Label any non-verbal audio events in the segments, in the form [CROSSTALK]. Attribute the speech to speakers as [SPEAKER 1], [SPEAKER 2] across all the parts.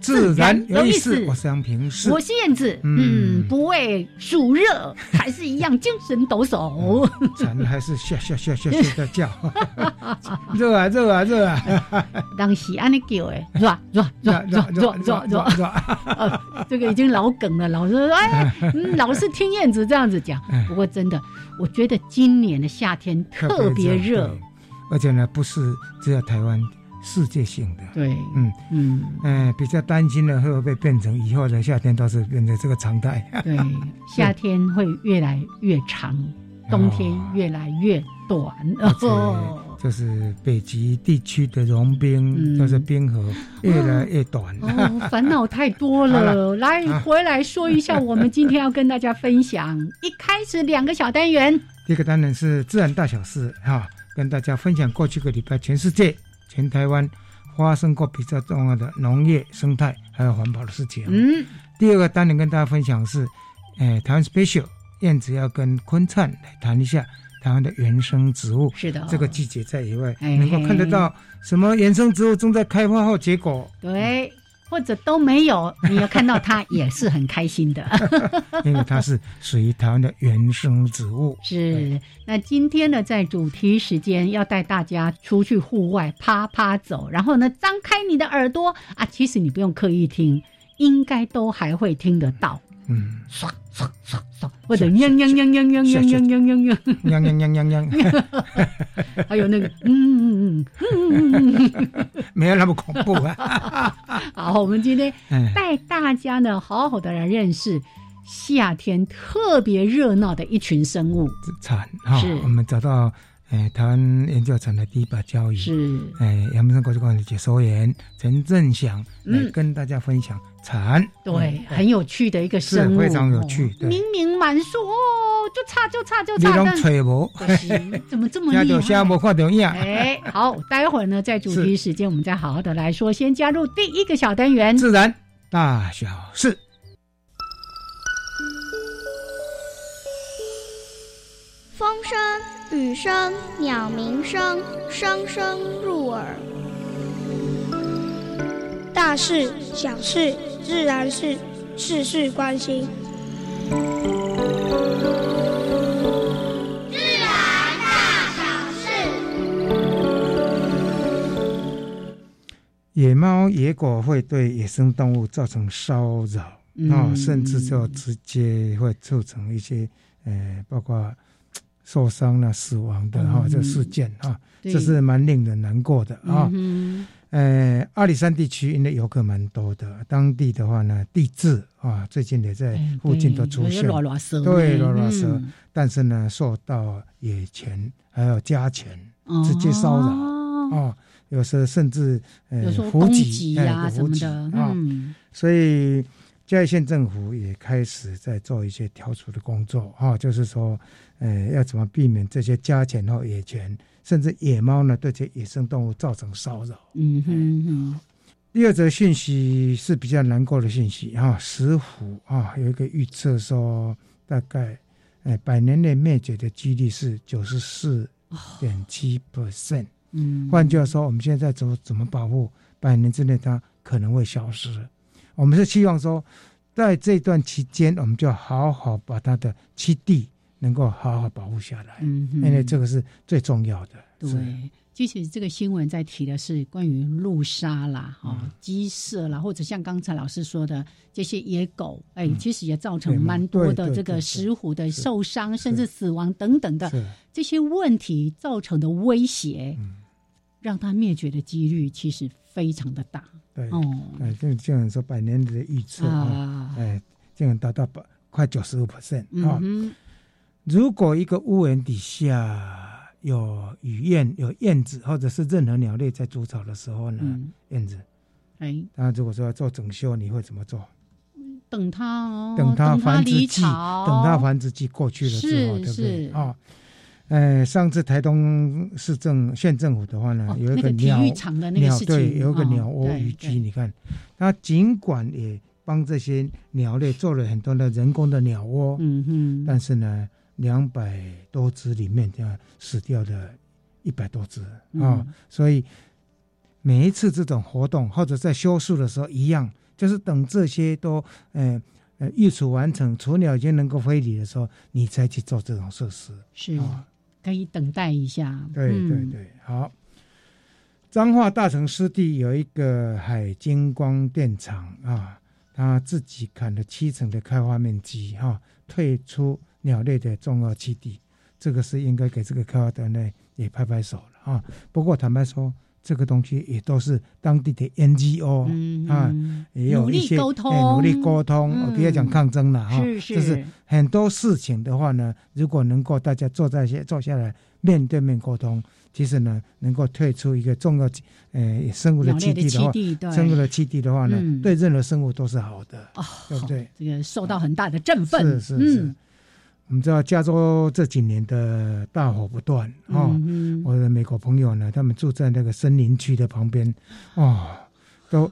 [SPEAKER 1] 自然
[SPEAKER 2] 自然有
[SPEAKER 1] 有意
[SPEAKER 2] 意
[SPEAKER 1] 思
[SPEAKER 2] 思，
[SPEAKER 1] 我是杨平，是
[SPEAKER 2] 我是燕子，嗯
[SPEAKER 1] 嗯，
[SPEAKER 2] 不畏暑热，还是一样精神抖擞。
[SPEAKER 1] 蝉还是下下下下下在叫，热啊热啊热啊，
[SPEAKER 2] 当时安尼叫诶，是吧？是吧？是吧？是吧？是吧？是吧？是吧？ [LAUGHS]
[SPEAKER 1] 热，
[SPEAKER 2] 呃，这个已经老梗了，老是说， [LAUGHS] 哎，嗯老是听燕子这样子讲
[SPEAKER 1] 哎。
[SPEAKER 2] 不过真的，我觉得今年的夏天特别热
[SPEAKER 1] 对，，而且呢不是只有台湾，世界性的。
[SPEAKER 2] 对，
[SPEAKER 1] 嗯
[SPEAKER 2] 嗯，
[SPEAKER 1] 嗯、比较担心的会不会变成以后的夏天都是变成这个常态？
[SPEAKER 2] [LAUGHS] 对，夏天会越来越长，冬天越来越短。哦 [LAUGHS]
[SPEAKER 1] 这，就是北极地区的融冰，
[SPEAKER 2] 嗯
[SPEAKER 1] 就是冰河越来越短。
[SPEAKER 2] 哦，烦恼太多
[SPEAKER 1] 好
[SPEAKER 2] 了。
[SPEAKER 1] 了
[SPEAKER 2] 来，
[SPEAKER 1] 啊
[SPEAKER 2] 回来说一下，我们今天要跟大家分享，一开始两个小单元，
[SPEAKER 1] 第一个当然是自然大小事哈、跟大家分享过去个礼拜全世界、全台湾发生过比较重要的农业、生态还有环保的事情。，
[SPEAKER 2] 嗯，
[SPEAKER 1] 第二个当然跟大家分享是，诶、台湾 special 燕子要跟坤灿来谈一下台湾的原生植物。
[SPEAKER 2] 是的，
[SPEAKER 1] 这个季节在野外
[SPEAKER 2] 哦哎
[SPEAKER 1] 能够看得到什么原生植物正在开花后
[SPEAKER 2] [LAUGHS]
[SPEAKER 1] 结果，
[SPEAKER 2] 对，或者都没有，你要看到它也是很开心的。
[SPEAKER 1] 因为它是属于台湾的原生植
[SPEAKER 2] [LAUGHS]
[SPEAKER 1] 物。
[SPEAKER 2] 是，那今天呢，在主题时间要带大家出去户外啪啪走，然后呢，张开你的耳朵啊，其实你不用刻意听，应该都还会听得到，
[SPEAKER 1] 嗯，
[SPEAKER 2] 唰唰唰唰，或者喵喵喵喵喵喵喵喵喵喵，
[SPEAKER 1] 喵喵喵喵喵， [LAUGHS]
[SPEAKER 2] 还有那个嗯嗯嗯嗯嗯，
[SPEAKER 1] 没有那么恐怖
[SPEAKER 2] [LAUGHS]
[SPEAKER 1] 啊。
[SPEAKER 2] 好，我们今天
[SPEAKER 1] 哎，
[SPEAKER 2] 带大家呢，好好的来认识夏天特别热闹的一群生物，
[SPEAKER 1] 产哈、
[SPEAKER 2] 是
[SPEAKER 1] 我们找到诶、呃台湾研究产的第一把交椅，哎
[SPEAKER 2] 是
[SPEAKER 1] 诶、阳明山国际馆的解说员陈振祥
[SPEAKER 2] 嗯
[SPEAKER 1] 来跟大家分享产，
[SPEAKER 2] 对，很有趣的一个生
[SPEAKER 1] 嗯是
[SPEAKER 2] 物，
[SPEAKER 1] 非常有趣
[SPEAKER 2] 哦
[SPEAKER 1] 对
[SPEAKER 2] 明明满树哦，就差就差就
[SPEAKER 1] 你
[SPEAKER 2] 差，
[SPEAKER 1] 拢
[SPEAKER 2] 但
[SPEAKER 1] 吹无，
[SPEAKER 2] 可惜怎么这
[SPEAKER 1] [LAUGHS]
[SPEAKER 2] 么
[SPEAKER 1] 家
[SPEAKER 2] 厉
[SPEAKER 1] 就
[SPEAKER 2] 害
[SPEAKER 1] 下？无看到影，
[SPEAKER 2] 哎，好，待会儿呢，在主题时间我们再好好的来说。先加入第一个小单元，
[SPEAKER 1] 自然大小事。
[SPEAKER 3] 风声、雨声、鸟鸣声，声声入耳。
[SPEAKER 4] 大事、小事、自然事，事事关心。
[SPEAKER 1] 野猫、野狗会对野生动物造成骚扰，
[SPEAKER 2] 嗯
[SPEAKER 1] 哦，甚至就直接会促成一些，呃，包括嘖受伤啊、死亡的哈、
[SPEAKER 2] 嗯
[SPEAKER 1] 这事件啊，
[SPEAKER 2] 对
[SPEAKER 1] 这是蛮令人难过的啊。
[SPEAKER 2] 嗯
[SPEAKER 1] 呃，阿里山地区因为游客蛮多的，当地的话呢，地质啊，最近也在
[SPEAKER 2] 哼，
[SPEAKER 1] 附近都出现，
[SPEAKER 2] 拉拉蛇，
[SPEAKER 1] 对拉拉蛇
[SPEAKER 2] 嗯
[SPEAKER 1] 但是呢，受到野犬还有家犬直接骚扰
[SPEAKER 2] 嗯哦
[SPEAKER 1] 啊，有时候甚至呃
[SPEAKER 2] 有时候
[SPEAKER 1] 狐
[SPEAKER 2] 攻
[SPEAKER 1] 击
[SPEAKER 2] 击
[SPEAKER 1] 哎
[SPEAKER 2] 呀
[SPEAKER 1] 有
[SPEAKER 2] 什么
[SPEAKER 1] 狐
[SPEAKER 2] 的，
[SPEAKER 1] 击啊，
[SPEAKER 2] 嗯，
[SPEAKER 1] 所以嘉义县政府也开始在做一些调处的工作啊，就是说，呃，要怎么避免这些家犬或野犬，甚至野猫呢，对这些野生动物造成骚扰。
[SPEAKER 2] 嗯哼哼，
[SPEAKER 1] 第二则讯息是比较难过的讯息哈，石虎啊有一个预测说，大概哎百年内灭绝的几率是九十四点七 percent。
[SPEAKER 2] 嗯，
[SPEAKER 1] 换句话说，我们现在怎么怎么保护，百年之内它可能会消失。我们是希望说，在这段期间，我们就好好把它的栖地能够好好保护下来，
[SPEAKER 2] 嗯哼，
[SPEAKER 1] 哎因为这个是最重要的。
[SPEAKER 2] 对
[SPEAKER 1] 是，
[SPEAKER 2] 其实这个新闻在提的是关于路杀啦、哈、
[SPEAKER 1] 嗯
[SPEAKER 2] 鸡舍啦，或者像刚才老师说的这些野狗，哎、
[SPEAKER 1] 嗯
[SPEAKER 2] 其实也造成
[SPEAKER 1] 对
[SPEAKER 2] 蛮多
[SPEAKER 1] 对
[SPEAKER 2] 的
[SPEAKER 1] 对
[SPEAKER 2] 这个
[SPEAKER 1] 对
[SPEAKER 2] 石虎的
[SPEAKER 1] 是
[SPEAKER 2] 受伤，甚至
[SPEAKER 1] 是
[SPEAKER 2] 死亡等等的
[SPEAKER 1] 是
[SPEAKER 2] 这些问题造成的威胁，
[SPEAKER 1] 嗯
[SPEAKER 2] 让它灭绝的几率其实非常的大
[SPEAKER 1] 对，
[SPEAKER 2] 哦。
[SPEAKER 1] 哎，这这样说百年的预测啊，
[SPEAKER 2] 啊，
[SPEAKER 1] 哎，这样达到百快九十五 percent
[SPEAKER 2] 嗯
[SPEAKER 1] 啊。
[SPEAKER 2] 哼，
[SPEAKER 1] 如果一个屋檐底下有雨燕、有燕子，或者是任何鸟类在筑巢的时候呢，
[SPEAKER 2] 嗯，
[SPEAKER 1] 燕子，
[SPEAKER 2] 哎，
[SPEAKER 1] 它如果说要做整修，你会怎么做？
[SPEAKER 2] 等它哦，
[SPEAKER 1] 等它繁殖
[SPEAKER 2] 离
[SPEAKER 1] 季，
[SPEAKER 2] 巢，
[SPEAKER 1] 等它繁殖季过去了之后，
[SPEAKER 2] 哦是
[SPEAKER 1] 对不对？
[SPEAKER 2] 是
[SPEAKER 1] 啊、呃，上次台东市政县政府的话呢，
[SPEAKER 2] 哦
[SPEAKER 1] 有一
[SPEAKER 2] 那个体
[SPEAKER 1] 鸟、
[SPEAKER 2] 育场的那个
[SPEAKER 1] 鸟
[SPEAKER 2] 事情，
[SPEAKER 1] 对，有一个
[SPEAKER 2] 哦
[SPEAKER 1] 鸟窝
[SPEAKER 2] 对
[SPEAKER 1] 渔
[SPEAKER 2] 对
[SPEAKER 1] 居，你看，它尽管也帮这些鸟类做了很多的人工的鸟窝，
[SPEAKER 2] 嗯哼，
[SPEAKER 1] 但是呢，两百多只里面，这样死掉的一百多只啊、
[SPEAKER 2] 嗯
[SPEAKER 1] 所以每一次这种活动或者在修树的时候一样，就是等这些都呃呃育雏完成，雏鸟已经能够飞离的时候，你再去做这种设施
[SPEAKER 2] 是
[SPEAKER 1] 啊、
[SPEAKER 2] 可以等待一下。
[SPEAKER 1] 对对
[SPEAKER 2] 嗯，
[SPEAKER 1] 对，好。彰化大城湿地有一个海晶光电厂啊，它自己砍了七成的开发面积哈、退出鸟类的重要栖地，这个是应该给这个开发单位也拍拍手了啊。不过坦白说，这个东西也都是当地的 NGO、
[SPEAKER 2] 嗯
[SPEAKER 1] 啊，
[SPEAKER 2] 嗯
[SPEAKER 1] 也有一些
[SPEAKER 2] 努力沟通
[SPEAKER 1] 哎努力沟通，哦
[SPEAKER 2] 嗯
[SPEAKER 1] 不要讲抗争了哈、
[SPEAKER 2] 是是
[SPEAKER 1] 啊就是很多事情的话呢，如果能够大家坐在下坐下来面对面沟通，其实呢，能够退出一个重要呃生物的
[SPEAKER 2] 鸟
[SPEAKER 1] 基
[SPEAKER 2] 类的
[SPEAKER 1] 地的话
[SPEAKER 2] 栖，地，对，
[SPEAKER 1] 生物的基地的话呢，
[SPEAKER 2] 嗯
[SPEAKER 1] 对任何生物都是好的，
[SPEAKER 2] 哦，
[SPEAKER 1] [LAUGHS] 对不对？
[SPEAKER 2] 这个受到很大的振奋，
[SPEAKER 1] 是是是
[SPEAKER 2] 嗯，
[SPEAKER 1] 我们知道加州这几年的大火不断哦，
[SPEAKER 2] 嗯哼
[SPEAKER 1] 我的美国朋友呢，他们住在那个森林区的旁边，哦，都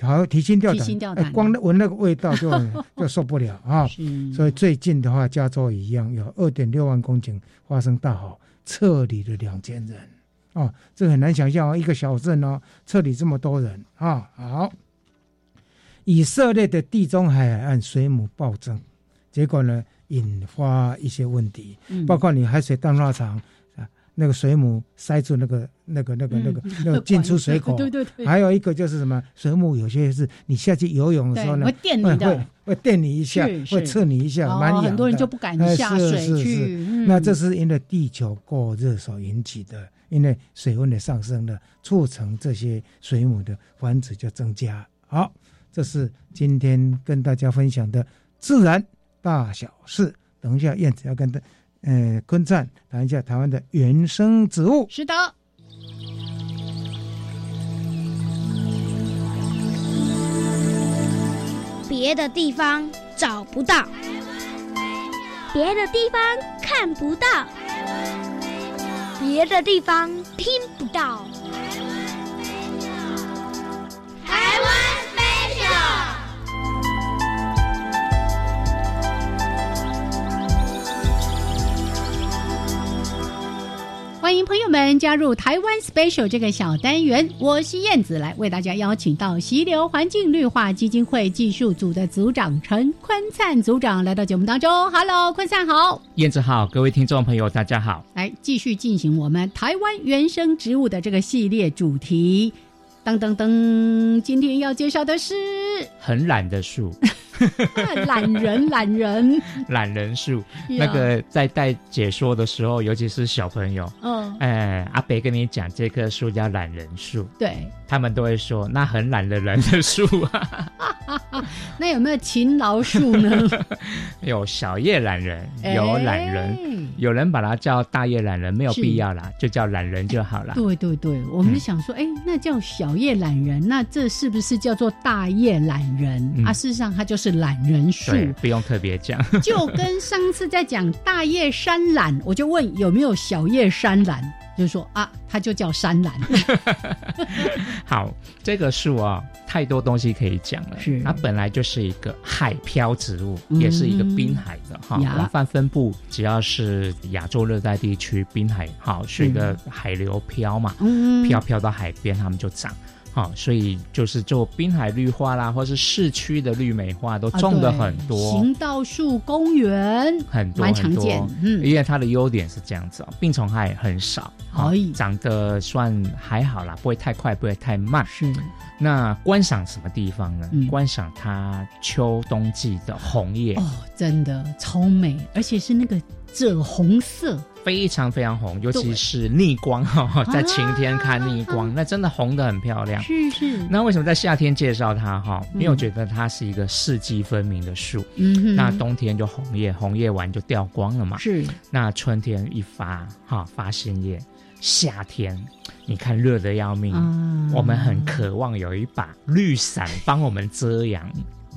[SPEAKER 1] 好提心吊胆，
[SPEAKER 2] 提心吊胆
[SPEAKER 1] 哎光那闻那个味
[SPEAKER 2] [LAUGHS]
[SPEAKER 1] 道就就受不了啊、
[SPEAKER 2] 是，
[SPEAKER 1] 所以最近的话，加州也一样有二点六万公顷发生大火，撤离了两千人哦，这很难想象哦，一个小镇哦，撤离这么多人啊、好，以色列的地中海海岸水母暴增，结果呢，引发一些问题。
[SPEAKER 2] 以
[SPEAKER 1] 包括你海水淡化厂啊，那个水母塞住那个那个那个那个
[SPEAKER 2] [LAUGHS]
[SPEAKER 1] 那个进出水口，
[SPEAKER 2] 嗯对对对，
[SPEAKER 1] 还有一个就是什么水母，有些是你下去游泳的时
[SPEAKER 2] 对
[SPEAKER 1] 候呢
[SPEAKER 2] 会，电
[SPEAKER 1] 会
[SPEAKER 2] 嗯你
[SPEAKER 1] 会
[SPEAKER 2] 的，
[SPEAKER 1] 会电你一下
[SPEAKER 2] 是，是
[SPEAKER 1] 会刺你一下，蛮
[SPEAKER 2] 哦
[SPEAKER 1] 痒的。
[SPEAKER 2] 很多人就不敢
[SPEAKER 1] 哎
[SPEAKER 2] 下
[SPEAKER 1] 是
[SPEAKER 2] 水
[SPEAKER 1] 是
[SPEAKER 2] 去
[SPEAKER 1] 是，
[SPEAKER 2] 嗯
[SPEAKER 1] 那这是因为地球过热所引起的，因为水温的上升呢，促成这些水母的繁殖就增加。好，这是今天跟大家分享的自然大小事。等一下，燕子要跟大呃昆赞谈一下台湾的原生植物。
[SPEAKER 2] 是的。
[SPEAKER 4] 别的地方找不到。
[SPEAKER 3] 别的地方看不到，别的地方听不到。台湾 special。
[SPEAKER 2] 欢迎朋友们加入台湾 Special 这个小单元，我是燕子，来为大家邀请到溪流环境绿化基金会技术组的组长陈坤灿组长来到节目当中。Hello，坤灿好，
[SPEAKER 5] 燕子好，各位听众朋友，大家好。
[SPEAKER 2] 来继续进行我们台湾原生植物的这个系列主题。噔噔噔，今天要介绍的是
[SPEAKER 5] 很懒的树，
[SPEAKER 2] [LAUGHS] 啊懒人，懒人，
[SPEAKER 5] 懒人树。 [LAUGHS]
[SPEAKER 2] 啊
[SPEAKER 5] 那个在带解说的时候，尤其是小朋友，
[SPEAKER 2] 嗯，
[SPEAKER 5] 哎、阿北跟你讲这棵树叫懒人树，
[SPEAKER 2] 对，
[SPEAKER 5] 他们都会说那很懒的人的树
[SPEAKER 2] [LAUGHS]
[SPEAKER 5] 啊，
[SPEAKER 2] 那有没有勤劳树呢？
[SPEAKER 5] 有小叶懒人， [LAUGHS] 有懒人，
[SPEAKER 2] 哎
[SPEAKER 5] 有人把它叫大叶懒人，没有
[SPEAKER 2] 是
[SPEAKER 5] 必要啦，就叫懒人就好啦。
[SPEAKER 2] 对对对，我们
[SPEAKER 5] 嗯
[SPEAKER 2] 想说，哎、那叫小叶懒人，那这是不是叫做大叶懒人、
[SPEAKER 5] 嗯
[SPEAKER 2] 啊？事实上，它就是懒人树，
[SPEAKER 5] 对，不用特别讲。
[SPEAKER 2] [LAUGHS] 就跟上次在讲大叶山懒，我就问有没有小叶山懒，就说啊，它就叫山
[SPEAKER 5] [LAUGHS]
[SPEAKER 2] 懒，
[SPEAKER 5] 好，这个树啊、太多东西可以讲了。
[SPEAKER 2] 是
[SPEAKER 5] 它本来就是一个海漂植物，
[SPEAKER 2] 嗯
[SPEAKER 5] 也是一个滨海的哈。
[SPEAKER 2] 呀
[SPEAKER 5] 广泛分布，只要是亚洲热带地区滨海，好是一个海流漂嘛，
[SPEAKER 2] 嗯，
[SPEAKER 5] 漂漂到海边，它们就长。好、所以就是做滨海绿化啦，或是市区的绿美化都
[SPEAKER 2] 啊
[SPEAKER 5] 种的
[SPEAKER 2] 对
[SPEAKER 5] 很多、
[SPEAKER 2] 行道树公园
[SPEAKER 5] 很多，
[SPEAKER 2] 蛮常
[SPEAKER 5] 很多
[SPEAKER 2] 见，嗯，
[SPEAKER 5] 因为它的优点是这样子、哦，病虫害很少，哦
[SPEAKER 2] 哎
[SPEAKER 5] 长得算还好啦，不会太快，不会太慢。
[SPEAKER 2] 是
[SPEAKER 5] 那观赏什么地方呢？
[SPEAKER 2] 嗯
[SPEAKER 5] 观赏它秋冬季的红叶，
[SPEAKER 2] 哦，真的超美，而且是那个赭红色，
[SPEAKER 5] 非常非常红，尤
[SPEAKER 2] 对
[SPEAKER 5] 其是逆光哈、哦， [LAUGHS] 在晴天看逆光，
[SPEAKER 2] 啊
[SPEAKER 5] 那真的红的很漂亮。
[SPEAKER 2] 是是，
[SPEAKER 5] 那为什么在夏天介绍它哈？因为
[SPEAKER 2] 嗯
[SPEAKER 5] 我觉得它是一个四季分明的树。
[SPEAKER 2] 嗯哼，
[SPEAKER 5] 那冬天就红叶，红叶完就掉光了嘛。
[SPEAKER 2] 是
[SPEAKER 5] 那春天一发哈、发新叶，夏天你看热的要命，
[SPEAKER 2] 啊，
[SPEAKER 5] 我们很渴望有一把绿伞帮我们遮阳。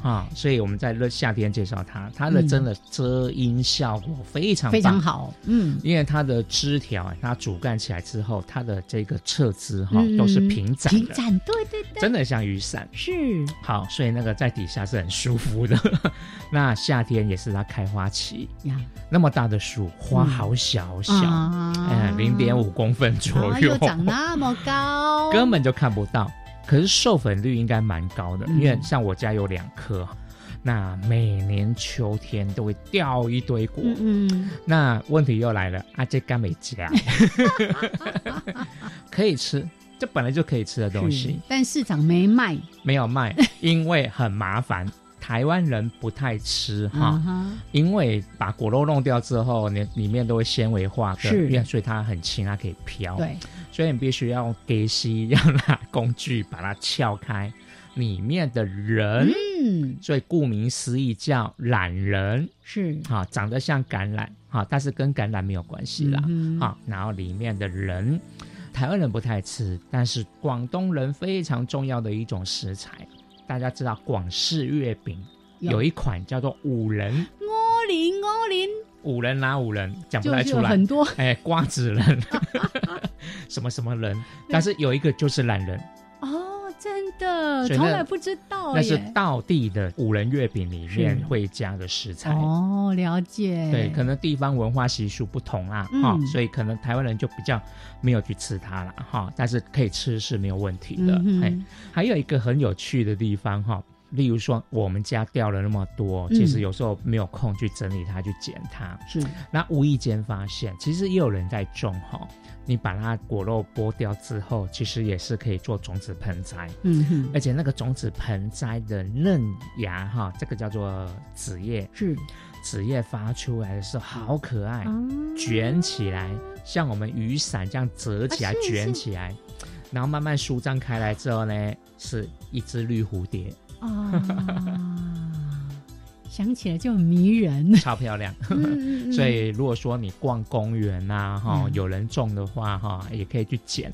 [SPEAKER 5] 啊、所以我们在热夏天介绍它，它的
[SPEAKER 2] 嗯
[SPEAKER 5] 真的遮阴效果非常
[SPEAKER 2] 非常
[SPEAKER 5] 棒
[SPEAKER 2] 好，嗯，
[SPEAKER 5] 因为它的枝条，它主干起来之后，它的这个侧枝哈、
[SPEAKER 2] 嗯
[SPEAKER 5] 都是平展
[SPEAKER 2] 平
[SPEAKER 5] 的，
[SPEAKER 2] 展，对对对，
[SPEAKER 5] 真的像雨伞。
[SPEAKER 2] 是
[SPEAKER 5] 好，所以那个在底下是很舒服的。 [LAUGHS] 那夏天也是它开花期，
[SPEAKER 2] 呀，
[SPEAKER 5] 那么大的树，花好小好小，
[SPEAKER 2] 啊
[SPEAKER 5] 嗯，零点五公分左
[SPEAKER 2] 啊
[SPEAKER 5] 右
[SPEAKER 2] 又，长那么高，
[SPEAKER 5] [LAUGHS] 根本就看不到。可是授粉率应该蛮高的，
[SPEAKER 2] 嗯
[SPEAKER 5] 因为像我家有两棵，那每年秋天都会掉一堆果。
[SPEAKER 2] 嗯嗯，
[SPEAKER 5] 那问题又来了，啊，这干没
[SPEAKER 2] [LAUGHS]
[SPEAKER 5] 加，可以吃，这本来就可以吃的东
[SPEAKER 2] 是
[SPEAKER 5] 西，
[SPEAKER 2] 但市场没卖
[SPEAKER 5] 没有卖，因为很麻
[SPEAKER 2] [LAUGHS]
[SPEAKER 5] 烦。台湾人不太吃哈，
[SPEAKER 2] 啊哈，
[SPEAKER 5] 因为把果肉弄掉之后，你里面都会纤维化跟，
[SPEAKER 2] 是
[SPEAKER 5] 因为所以它很轻，它可以飘。，
[SPEAKER 2] 对，
[SPEAKER 5] 所以你必须要用给吸，要拿工具把它撬开里面的人。
[SPEAKER 2] 嗯，
[SPEAKER 5] 所以顾名思义叫懒人，
[SPEAKER 2] 是
[SPEAKER 5] 哈、长得像橄榄，哈、但是跟橄榄没有关系
[SPEAKER 2] 嗯
[SPEAKER 5] 啦。好、然后里面的人，台湾人不太吃，但是广东人非常重要的一种食材，大家知道广式月饼
[SPEAKER 2] 有
[SPEAKER 5] 有一款叫做五仁，
[SPEAKER 2] 五零五零，
[SPEAKER 5] 五仁哪五仁讲不
[SPEAKER 2] 就
[SPEAKER 5] 太
[SPEAKER 2] 是
[SPEAKER 5] 出
[SPEAKER 2] 有
[SPEAKER 5] 来
[SPEAKER 2] 很，多
[SPEAKER 5] [LAUGHS] 哎，瓜子仁， [LAUGHS] 什么什么
[SPEAKER 2] [LAUGHS]
[SPEAKER 5] 仁，但是有一个就是懒人，
[SPEAKER 2] 哦，真的，
[SPEAKER 5] 所以
[SPEAKER 2] 从
[SPEAKER 5] 那
[SPEAKER 2] 来不知道
[SPEAKER 5] 那是
[SPEAKER 2] 耶。
[SPEAKER 5] 道地的五仁月饼里面
[SPEAKER 2] 是
[SPEAKER 5] 会加的食材。
[SPEAKER 2] 哦，了解。
[SPEAKER 5] 对，可能地方文化习俗不同啊啦，哈、
[SPEAKER 2] 嗯
[SPEAKER 5] 所以可能台湾人就比较没有去吃它了，哈、但是可以吃是没有问题的。
[SPEAKER 2] 嗯哼
[SPEAKER 5] 哎，还有一个很有趣的地方哈、例如说我们家掉了那么多，
[SPEAKER 2] 嗯
[SPEAKER 5] 其实有时候没有空去整理它、去捡它，
[SPEAKER 2] 是
[SPEAKER 5] 那无意间发现，其实也有人在种哈、你把它果肉剥掉之后，其实也是可以做种子盆栽。
[SPEAKER 2] 嗯哼，
[SPEAKER 5] 而且那个种子盆栽的嫩芽哈，这个叫做子叶，
[SPEAKER 2] 是
[SPEAKER 5] 子叶发出来的时候好可爱，
[SPEAKER 2] 哦
[SPEAKER 5] 卷起来，像我们雨伞这样折起来、
[SPEAKER 2] 啊是
[SPEAKER 5] 卷起来，然后慢慢舒张开来之后呢，是一只绿蝴蝶， [LAUGHS]
[SPEAKER 2] 啊，想起来就很迷人。
[SPEAKER 5] 超漂
[SPEAKER 2] [LAUGHS]
[SPEAKER 5] 亮。
[SPEAKER 2] 嗯嗯嗯
[SPEAKER 5] 所以如果说你逛公园呐、哈、
[SPEAKER 2] 嗯
[SPEAKER 5] 有人种的话哈、也可以去捡。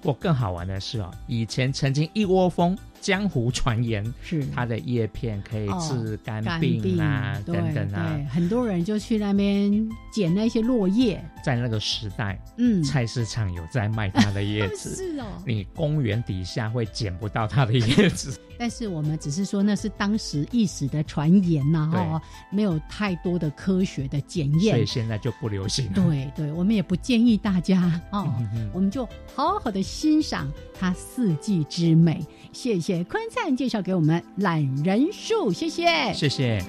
[SPEAKER 5] 不过更好玩的是哦，以前曾经一窝蜂江湖传言，
[SPEAKER 2] 是
[SPEAKER 5] 它的叶片可以
[SPEAKER 2] 嗯哦
[SPEAKER 5] 治肝
[SPEAKER 2] 肝
[SPEAKER 5] 病啊、
[SPEAKER 2] 对
[SPEAKER 5] 等等啊
[SPEAKER 2] 对，，很多人就去那边捡那些落叶，
[SPEAKER 5] 在那个时代，
[SPEAKER 2] 嗯，
[SPEAKER 5] 菜市场有在卖它的叶子，
[SPEAKER 2] 是哦。
[SPEAKER 5] 你公园底下会捡不到它的
[SPEAKER 2] [LAUGHS]
[SPEAKER 5] 叶子。
[SPEAKER 2] 但是我们只是说那是当时一时的传言呐、
[SPEAKER 5] 对
[SPEAKER 2] 哈，没有太多的科学的检
[SPEAKER 5] 所
[SPEAKER 2] 验
[SPEAKER 5] 以。现在就不流行了。
[SPEAKER 2] 对对，我们也不建议大家
[SPEAKER 5] 嗯
[SPEAKER 2] 哦，我们就好好的欣赏它四季之美。谢谢坤灿介绍给我们懒人树，谢谢。
[SPEAKER 5] 谢谢。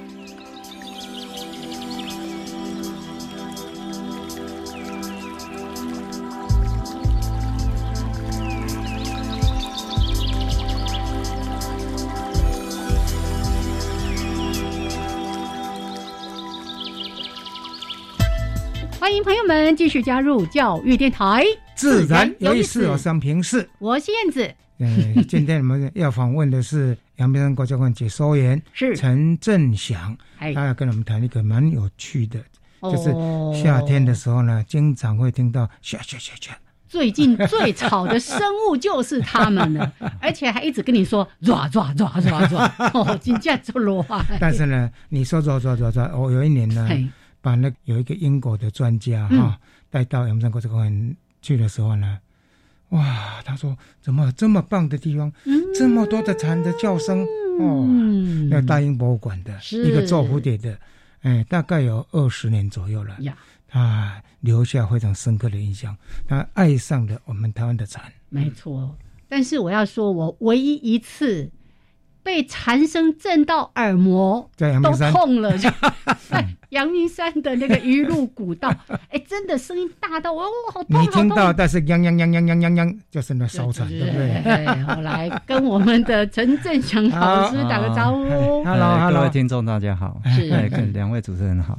[SPEAKER 2] 欢迎朋友们继续加入教育电台，
[SPEAKER 1] 自然有意
[SPEAKER 2] 有
[SPEAKER 1] 思，
[SPEAKER 2] 意思
[SPEAKER 1] 我生平事。
[SPEAKER 2] 我是燕子， [LAUGHS]
[SPEAKER 1] 呃，今天我们要访问的是阳明山国家公园解说员
[SPEAKER 2] 是
[SPEAKER 1] 陈振祥，
[SPEAKER 2] 哎
[SPEAKER 1] 他要跟我们谈一个蛮有趣的，就是
[SPEAKER 2] 哦
[SPEAKER 1] 夏天的时候呢，经常会听到唰唰唰唰，
[SPEAKER 2] 最近最吵的生物就是它们
[SPEAKER 1] [LAUGHS]
[SPEAKER 2] 了，而且还一直跟你说抓抓抓抓抓，哦，金价就落啊！
[SPEAKER 1] 但是呢，你说唰唰唰唰，我哦有一年呢，
[SPEAKER 2] 嘿，
[SPEAKER 1] 把那有一个英国的专家哈、
[SPEAKER 2] 哎嗯
[SPEAKER 1] 带到阳明山国家公园去的时候呢，哇，他说怎么有这么棒的地方，这么多的蝉的叫声哦，
[SPEAKER 2] 嗯，
[SPEAKER 1] 那大英博物馆的
[SPEAKER 2] 是
[SPEAKER 1] 一个做蝴蝶的，哎，大概有二十年左右了，
[SPEAKER 2] 呀，
[SPEAKER 1] 他留下非常深刻的印象，他爱上了我们台湾的蝉。
[SPEAKER 2] 没错，但是我要说，我唯一一次被蝉声震到耳膜
[SPEAKER 1] 在阳
[SPEAKER 2] 都
[SPEAKER 1] 明山，
[SPEAKER 2] 痛
[SPEAKER 1] [LAUGHS]
[SPEAKER 2] 了，就在阳明山的那个鱼路古道，哎，真的声音大到我，哦，好痛，
[SPEAKER 1] 你
[SPEAKER 2] 好
[SPEAKER 1] 听
[SPEAKER 2] 痛！
[SPEAKER 1] 到，但是泱泱泱泱泱泱泱，就是那烧惨，对不对？
[SPEAKER 2] 对？后来跟我们的陈振祥老师打个招呼。
[SPEAKER 1] Hello 哎
[SPEAKER 6] 哎各
[SPEAKER 1] Hello，
[SPEAKER 6] 位听众大家好，
[SPEAKER 2] 是
[SPEAKER 6] 哎，跟两位主持
[SPEAKER 1] [LAUGHS]
[SPEAKER 6] 人好，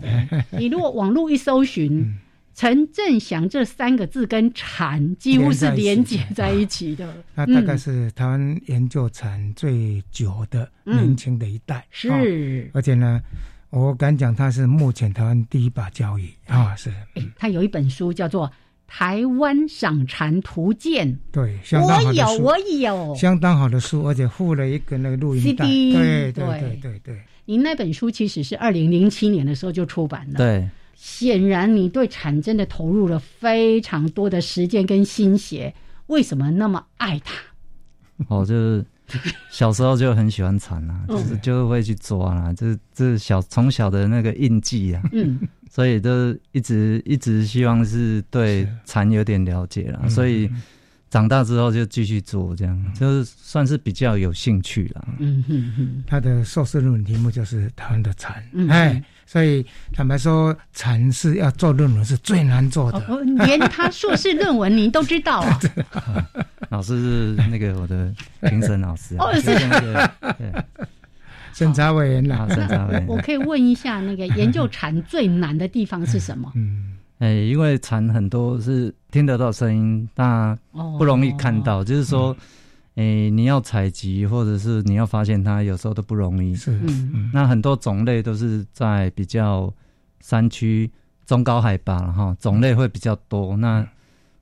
[SPEAKER 2] 你如果网络一搜寻
[SPEAKER 1] 嗯
[SPEAKER 2] “陈振祥”这三个字跟“蝉”几乎是连接在一起的。
[SPEAKER 1] 他大概
[SPEAKER 2] 嗯
[SPEAKER 1] 是台湾研究产最久的
[SPEAKER 2] 嗯
[SPEAKER 1] 年轻的一代，啊
[SPEAKER 2] 是，
[SPEAKER 1] 而且呢，我敢讲他是目前台湾第一把交椅啊，是
[SPEAKER 2] 哎他有一本书叫做《台湾赏蝉图鉴
[SPEAKER 1] 对，》，相当好
[SPEAKER 2] 我
[SPEAKER 1] 的
[SPEAKER 2] 有，啊
[SPEAKER 1] 书，
[SPEAKER 2] 我有。
[SPEAKER 1] 相当好的书，而且附了一个那个录音带，
[SPEAKER 2] CD
[SPEAKER 1] 对
[SPEAKER 2] 对
[SPEAKER 1] 对对对对，
[SPEAKER 2] 您那本书其实是二零零七年的时候就出版了。，
[SPEAKER 6] 对，
[SPEAKER 2] 显然你对蝉真的投入了非常多的时间跟心血。为什么那么爱它？
[SPEAKER 6] 我哦就是小时候就很喜欢蝉啊，
[SPEAKER 2] 嗯
[SPEAKER 6] 就是就会去抓啦，这这小从小的那个
[SPEAKER 1] [LAUGHS]
[SPEAKER 6] 印记啊，
[SPEAKER 2] 嗯，
[SPEAKER 6] 所以都一直一直希望是对
[SPEAKER 1] 是
[SPEAKER 6] 蝉有点了解啦，
[SPEAKER 1] 嗯
[SPEAKER 6] 所以长大之后就继续做，这样就是算是比较有兴趣
[SPEAKER 1] [LAUGHS]
[SPEAKER 6] 啦。
[SPEAKER 2] 嗯哼哼，
[SPEAKER 1] 他的硕士论文题目就是台湾的蚕，
[SPEAKER 2] 嗯
[SPEAKER 1] 哎，所以坦白说，蚕是要做论文是最难做的，
[SPEAKER 2] 哦，连他硕士论文您都知道
[SPEAKER 6] [LAUGHS]
[SPEAKER 2] 啊？
[SPEAKER 6] 老师是那个我的评审老师啊，
[SPEAKER 2] 哦是
[SPEAKER 6] 就是那个
[SPEAKER 1] [LAUGHS]
[SPEAKER 6] 对
[SPEAKER 1] 审查委员啦
[SPEAKER 6] 啊，，审查
[SPEAKER 1] [LAUGHS]
[SPEAKER 6] 委员
[SPEAKER 2] 我可以问一下，那个研究蝉最难的地方是什么？
[SPEAKER 1] 嗯，
[SPEAKER 6] 哎，因为蝉很多是听得到声音，那
[SPEAKER 2] 哦，嗯
[SPEAKER 6] 不容易看。到，就是说，诶、你要采集或者是你要发现它，有时候都不容易。
[SPEAKER 1] 是，
[SPEAKER 2] 嗯，
[SPEAKER 1] 嗯
[SPEAKER 6] 那很多种类都是在比较山区、中高海拔，然
[SPEAKER 2] 嗯
[SPEAKER 6] 后种类会比较多。那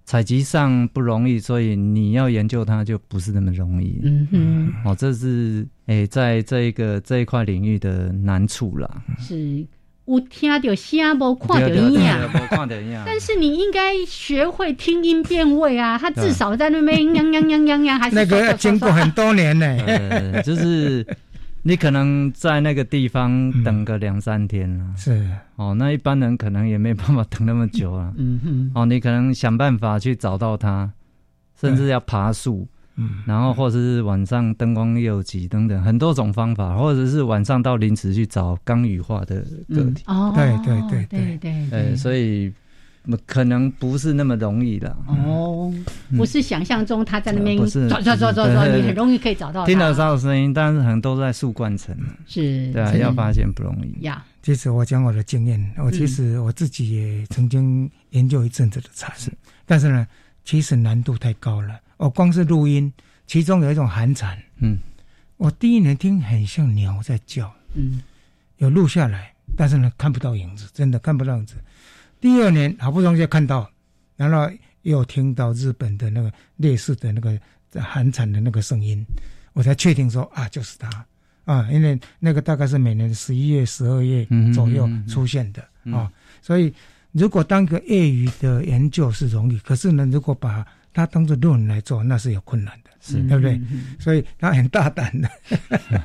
[SPEAKER 6] 采集上不容易，所以你要研究它就不是那么容易。
[SPEAKER 2] 嗯哼，
[SPEAKER 6] 哦，这是诶、在这一个这一块领域的难处啦。
[SPEAKER 2] 是有听到声啊无看到
[SPEAKER 6] 对对
[SPEAKER 2] 影
[SPEAKER 6] 对对看到影啊
[SPEAKER 2] 但是你应该学会听音辨位啊！他至少在那边泱泱泱泱泱，还是
[SPEAKER 1] 那个要经过很多年呢，
[SPEAKER 6] 呃，就是你可能在那个地方
[SPEAKER 1] 嗯
[SPEAKER 6] 等个两三天啦、
[SPEAKER 1] [LAUGHS] 是，
[SPEAKER 6] 哦，那一般人可能也没办法等那么久啊。
[SPEAKER 2] [LAUGHS] 嗯哼，
[SPEAKER 6] 哦，你可能想办法去找到它，甚至要爬树，
[SPEAKER 1] 嗯，
[SPEAKER 6] 然后或者是晚上灯光又急等等，很多种方法，或者是晚上到林池去找刚羽化的个体。
[SPEAKER 2] 哦，
[SPEAKER 1] 对对对
[SPEAKER 2] 对
[SPEAKER 1] 对
[SPEAKER 2] 对
[SPEAKER 6] 呃，
[SPEAKER 2] 对，
[SPEAKER 6] 所以嗯可能不是那么容易的。
[SPEAKER 2] 哦，不是想象中他在那边
[SPEAKER 6] 嗯呃不是
[SPEAKER 2] 找找找找
[SPEAKER 6] 对
[SPEAKER 2] 找，
[SPEAKER 6] 对对
[SPEAKER 2] 你很容易可以找到它，
[SPEAKER 6] 听得到声音，但是很多都在树冠层，
[SPEAKER 2] 是，
[SPEAKER 6] 对啊，
[SPEAKER 2] 是
[SPEAKER 6] 要发现不容易。
[SPEAKER 2] 呀，
[SPEAKER 1] 其实我讲我的经验，我其实我自己也曾经研究一阵子的蚕，但是呢，其实难度太高了，我光是录音，其中有一种寒蝉，
[SPEAKER 6] 嗯，
[SPEAKER 1] 我第一年听很像鸟在叫。
[SPEAKER 2] 嗯
[SPEAKER 1] 有录下来，但是呢看不到影子，真的看不到影子。第二年好不容易看到，然后又听到日本的那个类似的那个寒蝉的那个声音，我才确定说啊，就是它啊，因为那个大概是每年十一月、十二月
[SPEAKER 6] 嗯
[SPEAKER 1] 左右
[SPEAKER 6] 嗯嗯嗯
[SPEAKER 1] 出现的、
[SPEAKER 6] 嗯
[SPEAKER 1] 啊，所以如果当个业余的研究是容易，可是呢，如果把它当做论文来做，那是有困难的。
[SPEAKER 6] 是
[SPEAKER 1] 对不对？
[SPEAKER 2] 嗯嗯
[SPEAKER 1] 所以他很大胆的， [LAUGHS]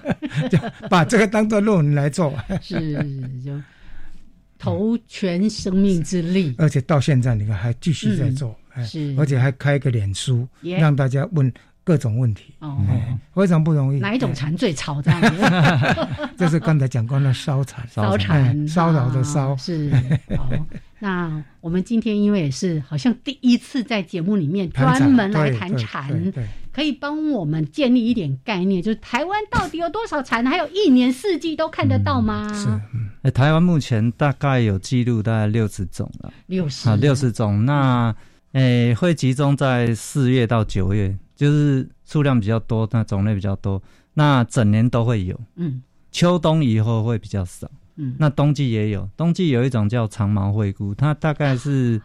[SPEAKER 1] 就把这个当做论文来做。
[SPEAKER 2] 是就投全生命之力，
[SPEAKER 1] 而且到现在你看还继续在做，哎，
[SPEAKER 2] 嗯是，
[SPEAKER 1] 而且还开个脸书，
[SPEAKER 2] 耶
[SPEAKER 1] 让大家问各种问题，
[SPEAKER 2] 哦，
[SPEAKER 1] 哎，非常不容易。
[SPEAKER 2] 哪一种蝉最吵？这样子，
[SPEAKER 1] 哎？就是刚才讲过那烧蚕，
[SPEAKER 2] 骚
[SPEAKER 1] 哎
[SPEAKER 2] 蝉，
[SPEAKER 1] 骚扰的
[SPEAKER 2] 啊
[SPEAKER 1] 骚，
[SPEAKER 2] 是。好，那我们今天因为也是好像第一次在节目里面
[SPEAKER 1] 谈
[SPEAKER 2] 专
[SPEAKER 1] 蚕
[SPEAKER 2] 门来
[SPEAKER 1] 对
[SPEAKER 2] 谈
[SPEAKER 1] 对对
[SPEAKER 2] 蝉，
[SPEAKER 1] 对，
[SPEAKER 2] 可以帮我们建立一点概念，就是台湾到底有多少蝉，还有一年四季都看得到吗？
[SPEAKER 1] 是，嗯
[SPEAKER 6] 哎，台湾目前大概有记录大概六十种了。
[SPEAKER 2] 六十
[SPEAKER 6] 啊，六十种，那诶、会集中在四月到九月，就是数量比较多，那种类比较多，那整年都会有。
[SPEAKER 2] 嗯
[SPEAKER 6] 秋冬以后会比较少，
[SPEAKER 2] 嗯，
[SPEAKER 6] 那冬季也有。冬季有一种叫长毛灰菇，它大概是